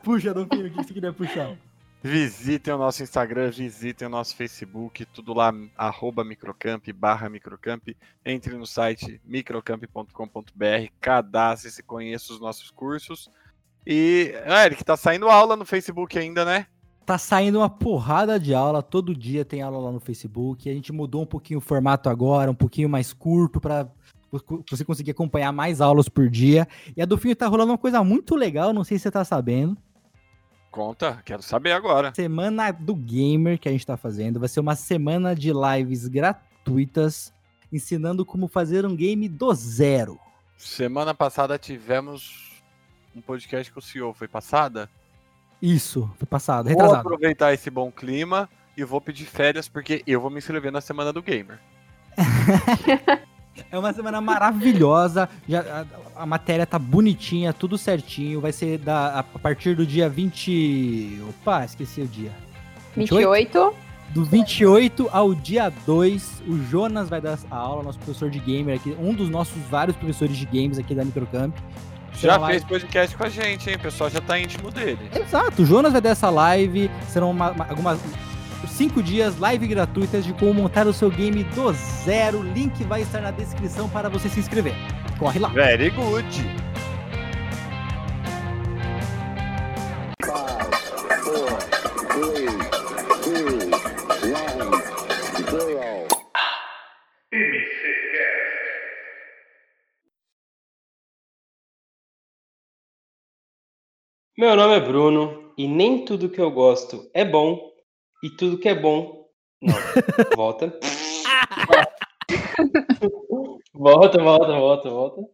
Puxa, Adolfinho, o que você queria puxar?
Visitem o nosso Instagram, visitem o nosso Facebook, tudo lá, arroba microcamp, barra microcamp. Entre no site microcamp.com.br, cadastre-se, conheça os nossos cursos. E, ah, Eric, tá saindo aula no Facebook ainda, né?
Tá saindo uma porrada de aula, todo dia tem aula lá no Facebook. A gente mudou um pouquinho o formato agora, um pouquinho mais curto para você conseguir acompanhar mais aulas por dia. E a Adolfinho tá rolando uma coisa muito legal, não sei se você tá sabendo.
Conta, quero saber agora.
Semana do Gamer que a gente tá fazendo. Vai ser uma semana de lives gratuitas ensinando como fazer um game do zero.
Semana passada tivemos um podcast com o CEO, foi passada?
Isso, foi passado,
Vou
retrasado.
aproveitar esse bom clima e vou pedir férias, porque eu vou me inscrever na Semana do Gamer.
É uma semana maravilhosa. Já, a, a matéria tá bonitinha, tudo certinho. Vai ser da, a partir do dia 20. Opa, esqueci o dia.
28.
Do 28 ao dia 2, o Jonas vai dar a aula, nosso professor de gamer aqui, um dos nossos vários professores de games aqui da Microcamp. Será
Já
lá-
fez podcast com a gente, hein? O pessoal já tá íntimo dele.
Exato, o Jonas vai dar essa live, serão uma- uma- algumas cinco dias live gratuitas de como montar o seu game do zero. Link vai estar na descrição para você se inscrever. Corre lá.
Very good.
Meu nome é Bruno e nem tudo que eu gosto é bom e tudo que é bom não. Volta. volta, volta, volta, volta.